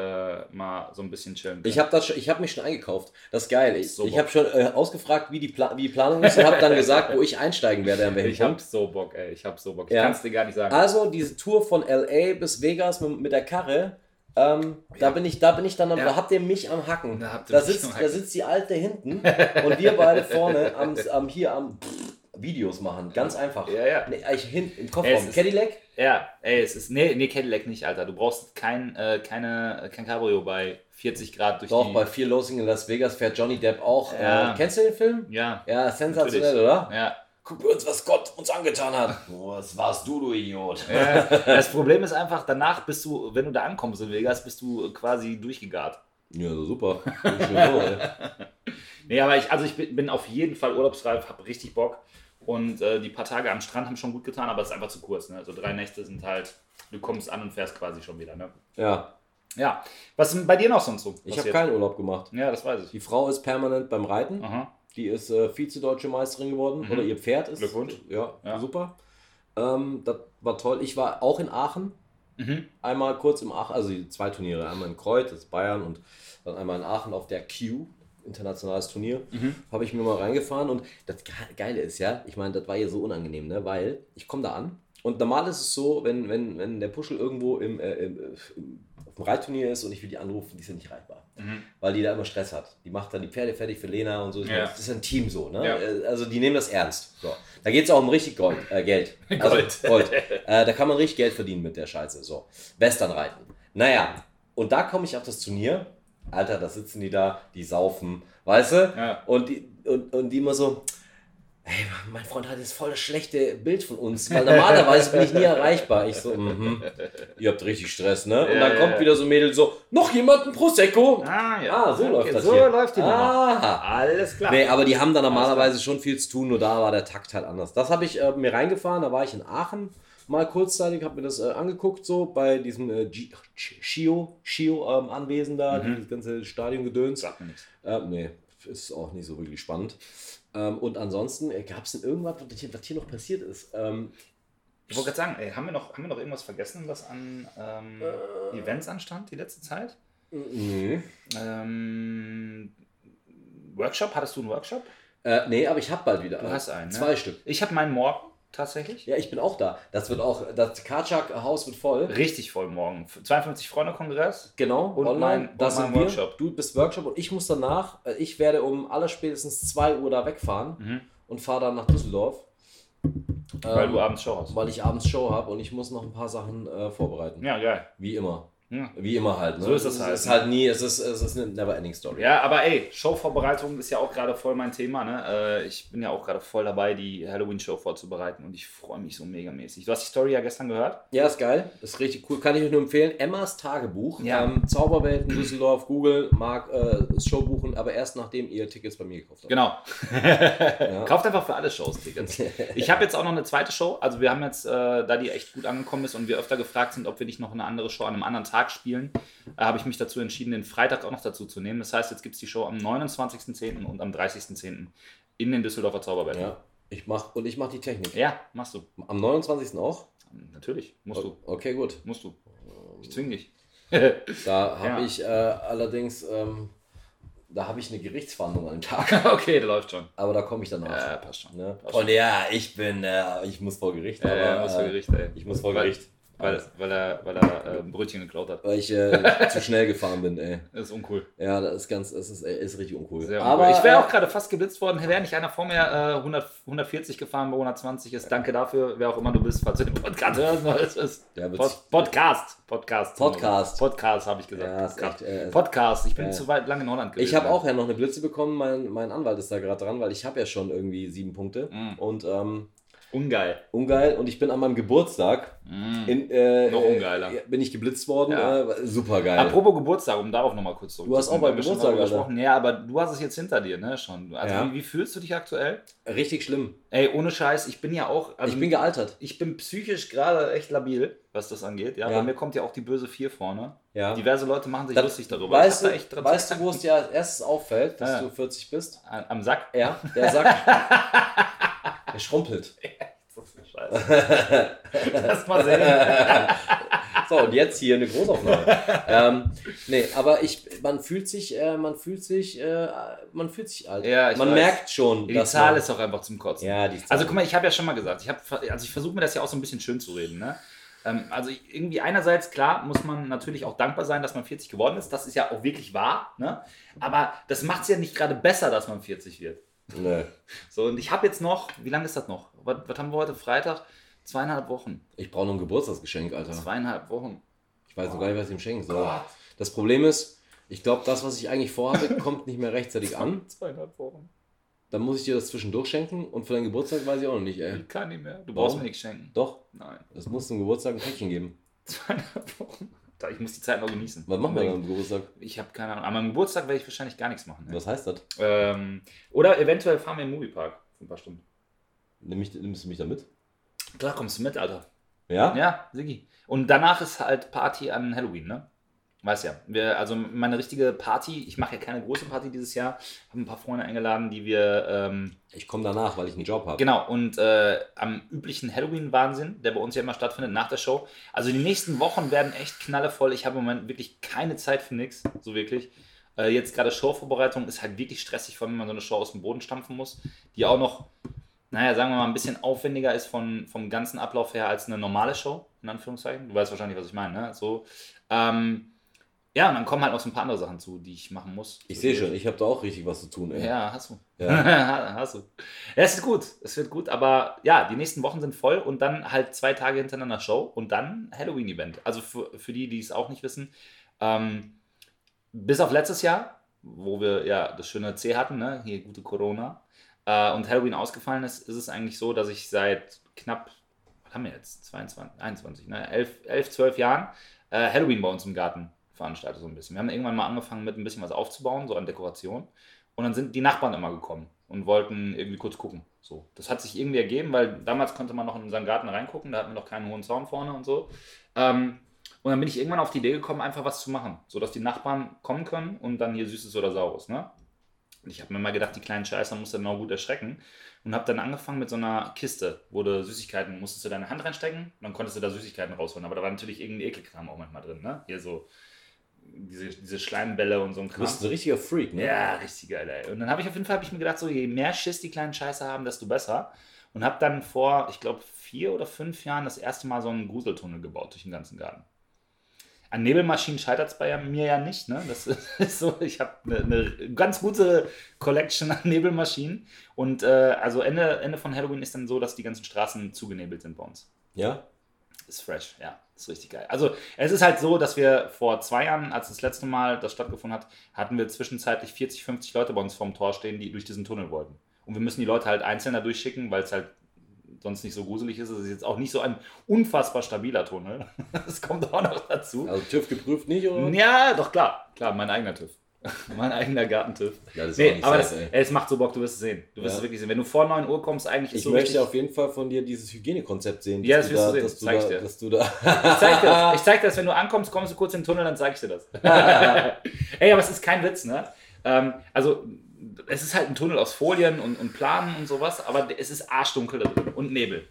Speaker 4: mal so ein bisschen chillen.
Speaker 1: ich habe das, schon- ich habe mich schon eingekauft. Das ist geil. Ich,
Speaker 4: So
Speaker 1: ich
Speaker 4: Bock.
Speaker 1: habe schon äh, ausgefragt, wie die, Pla wie die Planung ist und habe dann gesagt, wo ich einsteigen werde an welchem
Speaker 4: ich hab
Speaker 1: Punkt.
Speaker 4: so Bock, ey, ich hab so Bock. Ich
Speaker 1: Ja.
Speaker 4: kann's dir gar nicht sagen.
Speaker 1: Also diese Tour von LA bis Vegas mit, mit der Karre. Ähm, Da bin ich, da bin ich dann, am,
Speaker 4: Ja.
Speaker 1: da habt ihr mich am Hacken.
Speaker 4: Da habt ihr
Speaker 1: Da
Speaker 4: mich
Speaker 1: sitzt,
Speaker 4: am
Speaker 1: da
Speaker 4: Hacken.
Speaker 1: sitzt die Alte hinten und wir beide vorne am, am hier am Videos machen. Ganz einfach.
Speaker 4: Ja, ja.
Speaker 1: Nee, ich hin im
Speaker 4: Es
Speaker 1: Kofferraum.
Speaker 4: ist-
Speaker 1: Cadillac?
Speaker 4: Ja, ey, es ist. Nee, nee, Cadillac nicht, Alter. Du brauchst kein, äh, keine, kein Cabrio bei 40 Grad durch
Speaker 1: Doch,
Speaker 4: die.
Speaker 1: bei Fear Losing in Las Vegas fährt Johnny Depp auch.
Speaker 4: Ja.
Speaker 1: Äh, kennst du den Film?
Speaker 4: ja.
Speaker 1: Ja, sensationell,
Speaker 4: Natürlich.
Speaker 1: oder?
Speaker 4: Ja.
Speaker 1: Guck uns, was Gott uns angetan (laughs) hat. Was warst du, du Idiot? (laughs)
Speaker 4: Ja. Das Problem ist einfach, danach bist du, wenn du da ankommst in Vegas, bist du quasi durchgegart.
Speaker 1: Ja, super. Bin (laughs) ich schon so, ey.
Speaker 4: Nee, aber ich, also ich bin, bin auf jeden Fall urlaubsreif, habe richtig Bock. Und äh, die paar Tage am Strand haben schon gut getan, aber es ist einfach zu kurz. Ne? Also drei Nächte sind halt, du kommst an und fährst quasi schon wieder. Ne?
Speaker 1: ja,
Speaker 4: Ja, was ist denn bei dir noch sonst so?
Speaker 1: ich habe
Speaker 4: passiert?
Speaker 1: keinen Urlaub gemacht.
Speaker 4: Ja, das weiß ich.
Speaker 1: Die Frau ist permanent beim Reiten.
Speaker 4: Aha.
Speaker 1: Die ist äh, Vize-Deutsche Meisterin geworden. Oder ihr Pferd ist.
Speaker 4: Mhm. Glückwunsch.
Speaker 1: Ja,
Speaker 4: Ja.
Speaker 1: super. Ähm, das war toll. Ich war auch in Aachen.
Speaker 4: Mhm.
Speaker 1: Einmal kurz im Aachen, also die zwei Turniere. Einmal in Kreuz, das ist Bayern, und dann einmal in Aachen auf der Q, internationales Turnier.
Speaker 4: Mhm.
Speaker 1: Habe ich mir mal reingefahren. Und das Ge- Geile ist ja, ich meine, das war ja so unangenehm, ne? weil ich komme da an. Und normal ist es so, wenn, wenn, wenn der Puschel irgendwo im, äh, im, äh, im, auf dem Reitturnier ist und ich will die anrufen, die sind nicht reitbar
Speaker 4: Mhm.
Speaker 1: weil die da immer Stress hat. Die macht dann die Pferde fertig für Lena und so.
Speaker 4: Ja.
Speaker 1: Das ist ein Team so, ne?
Speaker 4: Ja.
Speaker 1: Äh, Also die nehmen das ernst. So. Da geht es auch um richtig Gold, äh, Geld. Also,
Speaker 4: (laughs) Gold.
Speaker 1: Gold. Äh, da kann man richtig Geld verdienen mit der Scheiße. So. Westernreiten. Naja, und da komme ich auf das Turnier. Alter, da sitzen die da, die saufen, weißt du?
Speaker 4: Ja.
Speaker 1: Und, die, und, und die immer so, Ey, mein Freund hat jetzt voll das schlechte Bild von uns, weil normalerweise bin ich nie erreichbar. Ich so, mhm, ihr habt richtig Stress, ne? Und
Speaker 4: Ja,
Speaker 1: dann
Speaker 4: ja,
Speaker 1: kommt
Speaker 4: ja.
Speaker 1: wieder so ein Mädel so, noch jemand ein Prosecco?
Speaker 4: Ah,
Speaker 1: Ah, so läuft das
Speaker 4: So
Speaker 1: hier.
Speaker 4: läuft die Nummer.
Speaker 1: Aha.
Speaker 4: Alles klar.
Speaker 1: Nee, aber die haben da normalerweise schon viel zu tun, nur da war der Takt halt anders. Das habe ich äh, mir reingefahren, da war ich in Aachen mal kurzzeitig, habe mir das äh, angeguckt, so bei diesem äh, G- Shio, Shio ähm, Anwesen da,
Speaker 4: Mhm.
Speaker 1: dieses ganze Stadiongedöns.
Speaker 4: Sagt mir nichts.
Speaker 1: Äh, nee, ist auch nicht so wirklich spannend. Ähm, und ansonsten gab es denn irgendwas, was hier, was hier noch passiert ist? Ähm,
Speaker 4: Ich wollte gerade sagen, ey, haben, wir noch, haben wir noch irgendwas vergessen, was an ähm,
Speaker 1: Äh.
Speaker 4: Events anstand die letzte Zeit?
Speaker 1: nee.
Speaker 4: Ähm, Workshop? Hattest du einen Workshop?
Speaker 1: Äh, nee, aber ich habe bald wieder. äh,
Speaker 4: Du hast einen, ne?
Speaker 1: Zwei Stück.
Speaker 4: Ich habe meinen morgen tatsächlich.
Speaker 1: Ja, ich bin auch da. Das wird auch, das Karchak-Haus wird voll.
Speaker 4: Richtig voll morgen. 52 Freunde-Kongress.
Speaker 1: Genau,
Speaker 4: Und
Speaker 1: online.
Speaker 4: mein-
Speaker 1: das
Speaker 4: und
Speaker 1: sind
Speaker 4: mein
Speaker 1: wir.
Speaker 4: Workshop.
Speaker 1: Du bist Workshop und ich muss danach, äh, ich werde um allerspätestens 2 Uhr da wegfahren
Speaker 4: Mhm.
Speaker 1: und fahre dann nach Düsseldorf.
Speaker 4: Weil
Speaker 1: Ähm,
Speaker 4: du abends Show hast.
Speaker 1: weil ich abends Show habe und ich muss noch ein paar Sachen äh, vorbereiten.
Speaker 4: Ja, geil.
Speaker 1: Wie immer.
Speaker 4: Ja.
Speaker 1: Wie immer halt. Ne?
Speaker 4: So ist das
Speaker 1: es
Speaker 4: halt,
Speaker 1: Ist
Speaker 4: ne?
Speaker 1: halt nie, es ist, es ist eine never-ending Story.
Speaker 4: Ja, aber ey, Showvorbereitung ist ja auch gerade voll mein Thema. Ne? Äh, ich bin ja auch gerade voll dabei, die Halloween-Show vorzubereiten und ich freue mich so megamäßig. Du hast die Story ja gestern gehört.
Speaker 1: Ja, ist geil. Ist richtig cool. Kann ich euch nur empfehlen. Emmas Tagebuch.
Speaker 4: Ja.
Speaker 1: Ähm, Zauberwelten, Düsseldorf, Google, mag äh, das Show buchen, aber erst nachdem ihr Tickets bei mir gekauft habt.
Speaker 4: Genau. Kauft einfach für alle Shows (laughs) Tickets. Ich habe jetzt auch noch eine zweite Show. Also wir haben jetzt, äh, da die echt gut angekommen ist und wir öfter gefragt sind, ob wir nicht noch eine andere Show an einem anderen Tag spielen, äh, habe ich mich dazu entschieden, den Freitag auch noch dazu zu nehmen. Das heißt, jetzt gibt es die Show am 29.10. und am 30.10. in den Düsseldorfer Zauberwelten. Ja.
Speaker 1: (laughs) Ja. Ich mach, und ich mache die Technik.
Speaker 4: machst du.
Speaker 1: Am 29. auch?
Speaker 4: Natürlich. Musst du.
Speaker 1: Okay, gut.
Speaker 4: Musst du.
Speaker 1: Ähm.
Speaker 4: Ich zwing dich. (laughs)
Speaker 1: Da habe
Speaker 4: Ja.
Speaker 1: ich äh, allerdings, ähm, da habe ich eine Gerichtsverhandlung an dem Tag, (laughs)
Speaker 4: okay, der läuft schon. Äh,
Speaker 1: aber da komme ich danach.
Speaker 4: Ja, passt schon.
Speaker 1: Ne?
Speaker 4: Passt schon.
Speaker 1: Und ja, ich bin, äh, ich muss vor Gericht, aber
Speaker 4: Ja, ja, muss vor
Speaker 1: äh,
Speaker 4: Gericht, ey.
Speaker 1: ich muss vor
Speaker 4: Weil-
Speaker 1: Gericht,
Speaker 4: Weil, weil er, weil er äh, ein Brötchen geklaut hat.
Speaker 1: weil ich
Speaker 4: (laughs)
Speaker 1: äh, zu schnell gefahren bin. Ey.
Speaker 4: Das ist uncool.
Speaker 1: Ja, das ist ganz, es ist, äh, ist richtig uncool.
Speaker 4: Sehr
Speaker 1: aber
Speaker 4: uncool. Ich wäre auch
Speaker 1: äh,
Speaker 4: gerade fast geblitzt worden, wäre nicht einer vor mir äh, 100, 140 gefahren, bei 120 ist. Danke dafür, wer auch immer du bist, falls du den Podcast hörst. weil es ist-
Speaker 1: Der äh, wird's-
Speaker 4: Pod, Podcast. Podcast.
Speaker 1: Podcast.
Speaker 4: Podcast, habe ich gesagt.
Speaker 1: Ja, ist
Speaker 4: Podcast.
Speaker 1: echt, äh, ist-
Speaker 4: Podcast. Ich bin
Speaker 1: Ja.
Speaker 4: zu weit lang in Holland gewesen.
Speaker 1: ich habe auch ja noch eine Blitze bekommen. Mein, mein Anwalt ist da gerade dran, weil ich habe ja schon irgendwie sieben Punkte
Speaker 4: Mhm.
Speaker 1: und ähm,
Speaker 4: Ungeil.
Speaker 1: ungeil. Und ich bin an meinem Geburtstag
Speaker 4: Mhm.
Speaker 1: in, äh,
Speaker 4: Noch ungeiler.
Speaker 1: äh, bin ich geblitzt worden.
Speaker 4: Ja.
Speaker 1: Äh, Super geil.
Speaker 4: Apropos Geburtstag, um darauf nochmal kurz zurück.
Speaker 1: Du hast auch beim Geburtstag, Alter.
Speaker 4: gesprochen. Ja, aber du hast es jetzt hinter dir, ne? Schon. Also,
Speaker 1: Ja.
Speaker 4: wie, wie fühlst du dich aktuell?
Speaker 1: Richtig schlimm.
Speaker 4: Ey, ohne Scheiß, ich bin ja auch. also-
Speaker 1: ich bin gealtert.
Speaker 4: ich bin psychisch gerade echt labil, was das angeht. Ja,
Speaker 1: Ja.
Speaker 4: bei mir kommt ja auch die böse 4 vorne.
Speaker 1: Ja.
Speaker 4: Diverse Leute machen sich
Speaker 1: Da-
Speaker 4: lustig darüber.
Speaker 1: Weißt,
Speaker 4: Ich hab
Speaker 1: du,
Speaker 4: da echt dran
Speaker 1: weißt
Speaker 4: zu-
Speaker 1: du, wo es dir als erstes auffällt, dass
Speaker 4: Ja.
Speaker 1: du 40 bist?
Speaker 4: An-
Speaker 1: (laughs)
Speaker 4: am Sack?
Speaker 1: Ja, der
Speaker 4: (laughs)
Speaker 1: Sack. der schrumpelt.
Speaker 4: Das ist scheiße. Lass
Speaker 1: (laughs)
Speaker 4: mal sehen.
Speaker 1: So, und jetzt hier eine Großaufnahme. ähm, nee, aber ich, man fühlt sich, äh, man fühlt sich, äh, man fühlt sich alt.
Speaker 4: Ja, ich
Speaker 1: man
Speaker 4: weiß.
Speaker 1: merkt schon,
Speaker 4: Die Zahl
Speaker 1: man,
Speaker 4: ist auch einfach zum Kotzen.
Speaker 1: Ja, die Zahl.
Speaker 4: Also guck mal, ich habe ja schon mal gesagt, ich hab, ver- also ich versuche mir das ja auch so ein bisschen schön zu reden. Ne? Ähm, also ich- irgendwie einerseits, klar, muss man natürlich auch dankbar sein, dass man 40 geworden ist. Das ist ja auch wirklich wahr. Ne? Aber das macht es ja nicht gerade besser, dass man 40 wird.
Speaker 1: Nee.
Speaker 4: So, und ich habe jetzt noch, wie lange ist das noch? Was, was haben wir heute? Freitag? Zweieinhalb Wochen.
Speaker 1: Ich brauche noch ein Geburtstagsgeschenk, Alter.
Speaker 4: Zweieinhalb Wochen.
Speaker 1: Ich weiß noch gar nicht, was ich ihm schenken soll. Das Problem ist, ich glaube, das, was ich eigentlich vorhatte, (laughs) kommt nicht mehr rechtzeitig an.
Speaker 4: Zweieinhalb Wochen.
Speaker 1: Dann muss ich dir das zwischendurch schenken und für deinen Geburtstag weiß ich auch noch nicht, ey.
Speaker 4: Ich kann nicht mehr. Du
Speaker 1: brauchst
Speaker 4: brauchst
Speaker 1: mir
Speaker 4: mir nichts schenken.
Speaker 1: Doch,
Speaker 4: Nein. (laughs)
Speaker 1: es muss zum Geburtstag ein Päckchen geben.
Speaker 4: Zweieinhalb Wochen. Da, Ich muss die Zeit noch genießen.
Speaker 1: Was machen wir dann am Geburtstag?
Speaker 4: Ich habe keine Ahnung. An meinem Geburtstag werde ich wahrscheinlich gar nichts machen. Ne?
Speaker 1: Was heißt das?
Speaker 4: Ähm, oder eventuell fahren wir in den Moviepark für ein paar Stunden.
Speaker 1: Nimm mich, nimmst du mich da mit?
Speaker 4: Klar, kommst du mit, Alter.
Speaker 1: Ja?
Speaker 4: Ja, Siggi. Und danach ist halt Party an Halloween, ne? Weiß ja. Wir, also meine richtige Party, ich mache ja keine große Party dieses Jahr. Habe ein paar Freunde eingeladen, die wir ähm,
Speaker 1: Ich komme danach, weil ich einen Job habe.
Speaker 4: Genau, und äh, am üblichen Halloween-Wahnsinn, der bei uns ja immer stattfindet, nach der Show. Also die nächsten Wochen werden echt knallevoll. Ich habe im Moment wirklich keine Zeit für nichts, so wirklich. Äh, jetzt gerade Showvorbereitung ist halt wirklich stressig, vor allem wenn man so eine Show aus dem Boden stampfen muss, die auch noch, naja, sagen wir mal, ein bisschen aufwendiger ist von, vom ganzen Ablauf her als eine normale Show, in Anführungszeichen. Du weißt wahrscheinlich, was ich meine, ne? So. Ähm, ja, und dann kommen halt noch so ein paar andere Sachen zu, die ich machen muss.
Speaker 1: Ich sehe schon, ich habe da auch richtig was zu tun, ey.
Speaker 4: Ja, hast du.
Speaker 1: Ja.
Speaker 4: (laughs) Hast du. Ja, es ist gut, es wird gut, aber ja, die nächsten Wochen sind voll und dann halt zwei Tage hintereinander Show und dann Halloween-Event. Also für, für die, die es auch nicht wissen, ähm, bis auf letztes Jahr, wo wir ja das schöne C hatten, ne? hier gute Corona, äh, und Halloween ausgefallen ist, ist es eigentlich so, dass ich seit knapp, was haben wir jetzt? 22, 21, ne? 11, 11 12 Jahren äh, Halloween bei uns im Garten veranstalte so ein bisschen. Wir haben irgendwann mal angefangen mit ein bisschen was aufzubauen, so an Dekoration. Und dann sind die Nachbarn immer gekommen und wollten irgendwie kurz gucken. So, das hat sich irgendwie ergeben, weil damals konnte man noch in unseren Garten reingucken, da hatten wir noch keinen hohen Zaun vorne und so. Ähm, und dann bin ich irgendwann auf die Idee gekommen, einfach was zu machen, sodass die Nachbarn kommen können und dann hier Süßes oder Saures. Ne? Und Ich habe mir mal gedacht, die kleinen Scheißer musst du genau gut erschrecken. Und habe dann angefangen mit so einer Kiste, wo du Süßigkeiten, musstest du deine Hand reinstecken und dann konntest du da Süßigkeiten rausholen. Aber da war natürlich irgendein Ekelkram auch manchmal drin. Ne? Hier so diese, diese Schleimbälle und so ein
Speaker 1: Du
Speaker 4: Kram.
Speaker 1: bist ein richtiger Freak, ne?
Speaker 4: Ja, richtig geil, ey. Und dann habe ich auf jeden Fall hab ich mir gedacht, so, je mehr Schiss die kleinen Scheiße haben, desto besser. Und habe dann vor, ich glaube, vier oder fünf Jahren das erste Mal so einen Gruseltunnel gebaut durch den ganzen Garten. An Nebelmaschinen scheitert es bei ja- mir ja nicht, ne? Das (laughs) ist so, ich habe eine ne ganz gute Collection an Nebelmaschinen. Und äh, also Ende, Ende von Halloween ist dann so, dass die ganzen Straßen zugenebelt sind bei uns.
Speaker 1: Ja?
Speaker 4: Ist fresh, ja. Ist richtig geil. Also, es ist halt so, dass wir vor zwei Jahren, als das letzte Mal das stattgefunden hat, hatten wir zwischenzeitlich 40, 50 Leute bei uns vorm Tor stehen, die durch diesen Tunnel wollten. Und wir müssen die Leute halt einzeln da durchschicken, weil es halt sonst nicht so gruselig ist. Es ist jetzt auch nicht so ein unfassbar stabiler Tunnel. (laughs) Das kommt auch noch dazu.
Speaker 1: Also TÜV geprüft nicht, oder?
Speaker 4: Ja, doch klar. Klar, mein eigener TÜV. (laughs) mein eigener Gartentüv.
Speaker 1: Ja, das ist auch
Speaker 4: Nee,
Speaker 1: nicht
Speaker 4: aber das,
Speaker 1: safe, ey.
Speaker 4: ey, es macht so Bock, du wirst es sehen. Du wirst
Speaker 1: Ja.
Speaker 4: es wirklich sehen. Wenn du vor 9 Uhr kommst, eigentlich ist
Speaker 1: Ich
Speaker 4: so
Speaker 1: möchte
Speaker 4: richtig-
Speaker 1: auf jeden Fall von dir dieses Hygienekonzept sehen.
Speaker 4: Ja,
Speaker 1: dass
Speaker 4: das wirst du sehen.
Speaker 1: dass
Speaker 4: Zeig ich
Speaker 1: da,
Speaker 4: dir.
Speaker 1: Dass du da
Speaker 4: Ich zeig dir das. Ich zeig dir das, wenn du ankommst, kommst du kurz in den Tunnel, dann zeig ich dir das. Ey, aber es ist kein Witz, ne? Ähm, also, es ist halt ein Tunnel aus Folien und, und Planen und sowas, aber es ist arschdunkel da drin und Nebel.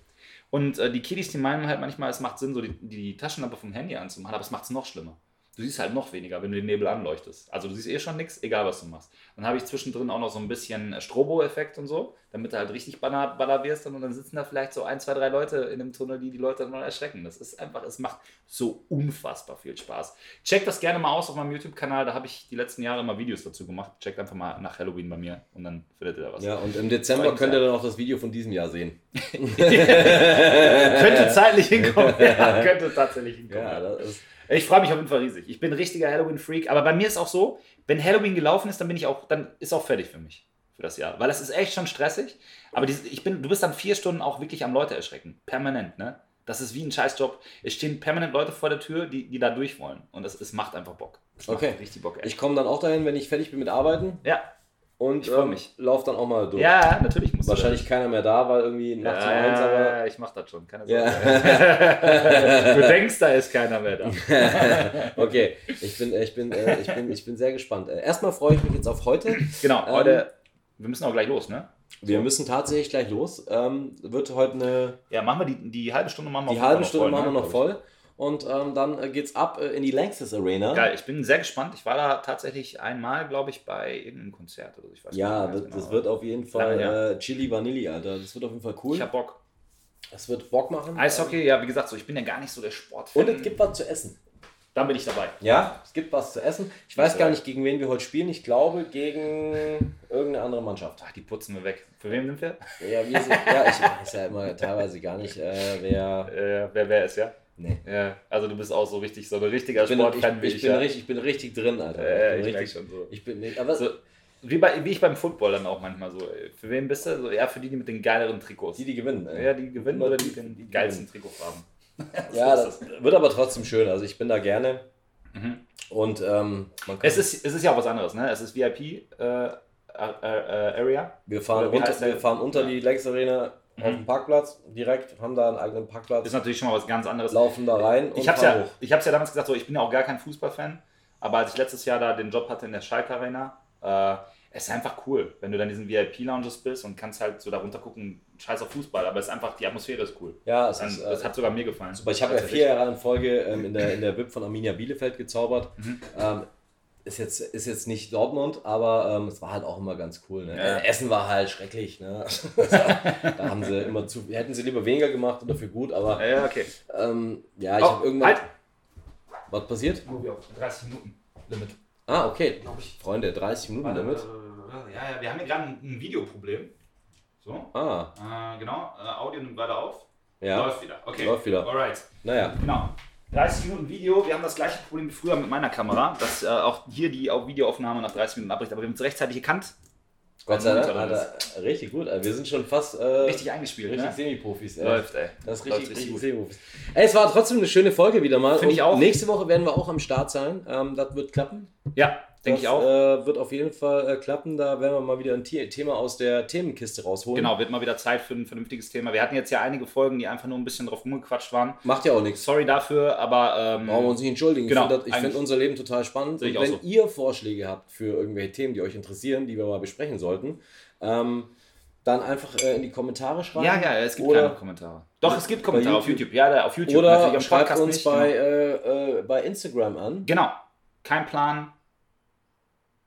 Speaker 4: Und äh, die Kiddies, die meinen halt manchmal, es macht Sinn, so die, die Taschenlampe vom Handy anzumachen, aber es macht es noch schlimmer. Du siehst halt noch weniger, wenn du den Nebel anleuchtest. Also du siehst eh schon nichts, egal was du machst. Dann habe ich zwischendrin auch noch so ein bisschen äh, Strobo-Effekt und so, damit du halt richtig baller, baller wirst und dann sitzen da vielleicht so ein, zwei, drei Leute in dem Tunnel, die die Leute dann mal erschrecken. Das ist einfach, es macht so unfassbar viel Spaß. Checkt das gerne mal aus auf meinem YouTube-Kanal, da habe ich die letzten Jahre immer Videos dazu gemacht. Checkt einfach mal nach Halloween bei mir und dann findet ihr da was.
Speaker 1: Ja, und im Dezember könnt ihr dann auch das Video von diesem Jahr
Speaker 4: (laughs)
Speaker 1: sehen.
Speaker 4: Könnte zeitlich
Speaker 1: (laughs)
Speaker 4: hinkommen. Ja, könnte tatsächlich hinkommen.
Speaker 1: Ja, das ist.
Speaker 4: Ich freue mich auf jeden Fall riesig. Ich bin ein richtiger Halloween-Freak. Aber bei mir ist auch so, wenn Halloween gelaufen ist, dann bin ich auch, dann ist auch fertig für mich für das Jahr. Weil das ist echt schon stressig. Aber dieses, ich bin, du bist dann vier Stunden auch wirklich am Leute erschrecken. Permanent, ne? Das ist wie ein Scheißjob. Es stehen permanent Leute vor der Tür, die, die da durch wollen. Und das, es macht einfach Bock. Das
Speaker 1: Okay.
Speaker 4: Macht richtig Bock, ey.
Speaker 1: Ich komme dann auch dahin, wenn ich fertig bin mit Arbeiten
Speaker 4: ja.
Speaker 1: und ähm,
Speaker 4: Ich freu mich.
Speaker 1: lauf dann auch mal durch.
Speaker 4: ja, natürlich muss
Speaker 1: Wahrscheinlich keiner mehr da, weil irgendwie
Speaker 4: Ja,
Speaker 1: nachts um eins, aber. (laughs)
Speaker 4: ich mach das schon, keine Sorge.
Speaker 1: Ja. (laughs)
Speaker 4: Du denkst, da ist keiner mehr da.
Speaker 1: okay, ich bin, ich bin, äh, ich bin, ich bin sehr gespannt. Äh, Erstmal freue ich mich jetzt auf heute.
Speaker 4: Genau,
Speaker 1: Ähm,
Speaker 4: heute, wir müssen auch gleich los, ne?
Speaker 1: Wir müssen tatsächlich gleich los. Ähm, wird heute eine
Speaker 4: Ja, machen wir die, die halbe Stunde machen wir
Speaker 1: Die
Speaker 4: auf jeden
Speaker 1: halbe
Speaker 4: Fall
Speaker 1: Stunde machen wir
Speaker 4: ne,
Speaker 1: noch
Speaker 4: glaub ich.
Speaker 1: voll. Und ähm, dann äh, geht's ab äh, in die Lanxess Arena.
Speaker 4: Geil, ich bin sehr gespannt. Ich war da tatsächlich einmal, glaube ich, bei irgendeinem Konzert oder so. Ich weiß
Speaker 1: Ja,
Speaker 4: nicht mehr
Speaker 1: das,
Speaker 4: ganz
Speaker 1: das
Speaker 4: genau.
Speaker 1: wird auf jeden Fall
Speaker 4: Lange her.
Speaker 1: äh, Chili Vanilli, Alter. Das wird auf jeden Fall
Speaker 4: Ich
Speaker 1: cool.
Speaker 4: hab Bock.
Speaker 1: Es wird Bock machen.
Speaker 4: Eishockey, ja, wie gesagt, so, ich bin ja gar nicht so der Sport.
Speaker 1: Und es gibt was zu essen.
Speaker 4: Dann bin ich dabei.
Speaker 1: Ja, es gibt was zu essen. Ich weiß
Speaker 4: Ja.
Speaker 1: gar nicht, gegen wen wir heute spielen. Ich glaube, gegen irgendeine andere Mannschaft.
Speaker 4: Ach, die putzen wir weg. Für wen sind wir?
Speaker 1: Ja, wir sind, ja ich weiß ja immer teilweise gar nicht, äh, wer.
Speaker 4: Äh, wer wer ist, ja?
Speaker 1: Nee.
Speaker 4: ja? Also, du bist auch so richtig, so ein richtiger
Speaker 1: Ich bin, ich,
Speaker 4: Sportfan wie
Speaker 1: ich, bin
Speaker 4: ja.
Speaker 1: richtig, ich bin richtig drin, Alter. ich
Speaker 4: Äh, ich
Speaker 1: bin
Speaker 4: merk
Speaker 1: richtig.
Speaker 4: schon so.
Speaker 1: Ich bin nicht, aber
Speaker 4: so wie, bei, wie ich beim Football dann auch manchmal so. ey. Für wen bist du? So, ja, für die, die mit den geileren Trikots.
Speaker 1: die, die gewinnen. ey.
Speaker 4: ja, die gewinnen oder die, die,
Speaker 1: Die
Speaker 4: die geilsten Trikotfarben.
Speaker 1: Ja,
Speaker 4: So
Speaker 1: das
Speaker 4: ist
Speaker 1: wird aber trotzdem schön. Also ich bin da gerne.
Speaker 4: Mhm.
Speaker 1: Und ähm, man kann,
Speaker 4: Es ist, es ist ja auch was anderes, ne? Es ist VIP-Area. Äh, äh, Area.
Speaker 1: wir, fahren
Speaker 4: oder wie
Speaker 1: runter,
Speaker 4: heißt der?
Speaker 1: wir fahren unter
Speaker 4: Ja. Mhm.
Speaker 1: die Lex Arena auf dem Parkplatz direkt, haben da einen eigenen
Speaker 4: ist
Speaker 1: Parkplatz,
Speaker 4: natürlich schon mal was ganz anderes.
Speaker 1: laufen da rein
Speaker 4: Ich hab's,
Speaker 1: fahren
Speaker 4: ja, ich hab's ja damals gesagt, so, ich bin ja auch gar kein Fußballfan, aber als ich letztes Jahr da den Job hatte in der Schalke Arena, äh, es ist einfach cool, wenn du dann in diesen VIP-Lounges bist und kannst halt so da runter gucken, scheiß auf Fußball, aber es ist einfach, die Atmosphäre ist cool.
Speaker 1: Ja, es
Speaker 4: Dann,
Speaker 1: ist,
Speaker 4: das
Speaker 1: äh,
Speaker 4: hat sogar mir gefallen.
Speaker 1: super. Ich habe ja vier Jahre in Folge ähm, in, der, in der VIP von Arminia Bielefeld gezaubert.
Speaker 4: Mhm.
Speaker 1: Ähm, ist jetzt, ist jetzt nicht Dortmund, aber ähm, es war halt auch immer ganz cool. Ne?
Speaker 4: Ja.
Speaker 1: Äh, Essen war halt schrecklich.
Speaker 4: (laughs)
Speaker 1: Ne? da haben sie immer zu, hätten sie lieber weniger gemacht und dafür gut, aber
Speaker 4: Ja, okay.
Speaker 1: ähm, ja, ich
Speaker 4: Oh,
Speaker 1: habe irgendwann.
Speaker 4: halt!
Speaker 1: Was passiert?
Speaker 4: 30 Minuten Limit.
Speaker 1: Ah, okay. Freunde, 30
Speaker 4: Äh,
Speaker 1: Minuten damit.
Speaker 4: Ja, ja, wir haben hier gerade ein Videoproblem. So,
Speaker 1: Ah,
Speaker 4: genau, Audio nimmt weiter auf.
Speaker 1: ja.
Speaker 4: Läuft wieder. Okay.
Speaker 1: Läuft wieder.
Speaker 4: Alright.
Speaker 1: Naja.
Speaker 4: Genau. 30 Minuten Video. Wir haben das gleiche Problem wie früher mit meiner Kamera, dass äh, auch hier die auch Videoaufnahme nach 30 Minuten abbricht. Aber wir haben es rechtzeitig erkannt.
Speaker 1: Gott sei Dank,
Speaker 4: Monitor drin
Speaker 1: Alter, richtig gut. Alter. Wir sind schon fast äh,
Speaker 4: Richtig eingespielt,
Speaker 1: richtig
Speaker 4: ne?
Speaker 1: Semi-Profis. ey.
Speaker 4: Läuft, ey.
Speaker 1: Das ist
Speaker 4: Läuft
Speaker 1: richtig, richtig Semi-Profis. Ey, es war trotzdem eine schöne Folge wieder mal.
Speaker 4: Finde ich
Speaker 1: Und
Speaker 4: auch.
Speaker 1: Nächste Woche werden wir auch am Start sein. Ähm, das wird klappen.
Speaker 4: Ja, denke ich
Speaker 1: das,
Speaker 4: auch.
Speaker 1: Äh, wird auf jeden Fall äh, klappen. Da werden wir mal wieder ein The- Thema aus der Themenkiste rausholen.
Speaker 4: Genau, wird mal wieder Zeit für ein vernünftiges Thema. Wir hatten jetzt ja einige Folgen, die einfach nur ein bisschen drauf rumgequatscht waren.
Speaker 1: Macht ja auch nichts.
Speaker 4: Sorry dafür, aber ähm,
Speaker 1: Brauchen wir uns nicht entschuldigen.
Speaker 4: Genau,
Speaker 1: ich finde das- ich
Speaker 4: eigentlich-
Speaker 1: finde unser Leben total spannend.
Speaker 4: Sehe ich
Speaker 1: Und
Speaker 4: auch
Speaker 1: wenn
Speaker 4: so.
Speaker 1: ihr Vorschläge habt für irgendwelche Themen, die euch interessieren, die wir mal besprechen sollten, ähm, dann einfach äh, in die Kommentare schreiben.
Speaker 4: ja, ja, es gibt keine
Speaker 1: oder,
Speaker 4: Kommentare. Doch, es gibt
Speaker 1: Bei
Speaker 4: Kommentare auf
Speaker 1: YouTube.
Speaker 4: YouTube. Ja, da, auf YouTube.
Speaker 1: Oder
Speaker 4: am
Speaker 1: schreibt
Speaker 4: Podcast
Speaker 1: uns
Speaker 4: nicht,
Speaker 1: bei, äh, äh, bei Instagram an.
Speaker 4: Genau. genau. Kein Plan.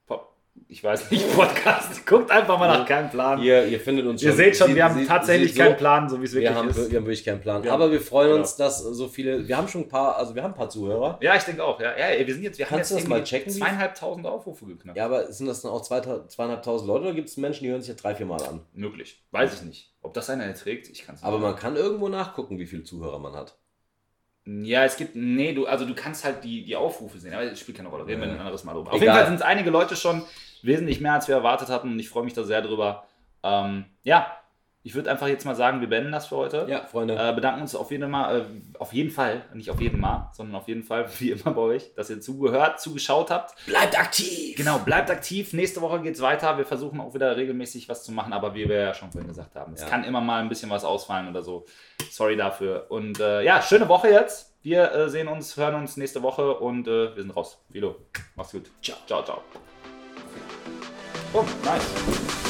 Speaker 4: Po- Ich weiß nicht, (laughs) Podcast. Guckt einfach mal nach keinem Plan.
Speaker 1: Ihr, ihr findet uns
Speaker 4: Genau. Ihr seht schon,
Speaker 1: Sie-
Speaker 4: wir haben
Speaker 1: sie-
Speaker 4: tatsächlich
Speaker 1: sieht so-
Speaker 4: keinen Plan, so wie es wirklich
Speaker 1: Wir haben, wir
Speaker 4: ist.
Speaker 1: haben wirklich keinen Plan.
Speaker 4: Ja.
Speaker 1: Aber wir freuen
Speaker 4: Genau.
Speaker 1: uns, dass so viele. Wir haben schon ein paar, also wir haben ein paar Zuhörer.
Speaker 4: Ja, ich denke auch. Ja, ja, ey, wir sind jetzt, wir
Speaker 1: Kannst du
Speaker 4: haben
Speaker 1: das
Speaker 4: jetzt
Speaker 1: mal
Speaker 4: irgendwie
Speaker 1: checken, wie-
Speaker 4: zweieinhalbtausend Aufrufe geknackt.
Speaker 1: Ja, aber sind das dann auch 2000 zweieinhalbtausend Leute oder gibt es Menschen, die hören sich ja drei, vier Mal an?
Speaker 4: Möglich. Weiß ich nicht. Ob das einer erträgt, ich kann es nicht.
Speaker 1: Aber man kann irgendwo nachgucken, wie viele Zuhörer man hat.
Speaker 4: Ja, es gibt, nee, du, also du kannst halt die, die Aufrufe sehen, aber es spielt keine Rolle. Reden wir
Speaker 1: Ja.
Speaker 4: ein anderes Mal drüber. Auf
Speaker 1: Egal.
Speaker 4: jeden Fall sind es einige Leute schon wesentlich mehr, als wir erwartet hatten und ich freue mich da sehr drüber. Ähm, ja, ich würde einfach jetzt mal sagen, wir beenden das für heute.
Speaker 1: Ja, Freunde.
Speaker 4: Äh, bedanken uns auf jeden, mal, äh, auf jeden Fall, nicht auf jeden Mal, sondern auf jeden Fall, (laughs) wie immer bei euch, dass ihr zugehört, zugeschaut habt.
Speaker 1: Bleibt aktiv!
Speaker 4: Genau, bleibt aktiv. Nächste Woche geht's weiter. Wir versuchen auch wieder regelmäßig was zu machen, aber wie wir ja schon vorhin gesagt haben, es
Speaker 1: Ja.
Speaker 4: kann immer mal ein bisschen was ausfallen oder so. Sorry dafür. Und äh, ja, schöne Woche jetzt. Wir äh, sehen uns, hören uns nächste Woche und äh, wir sind raus. Vilo, mach's gut. Ciao, ciao, ciao. Oh, nice.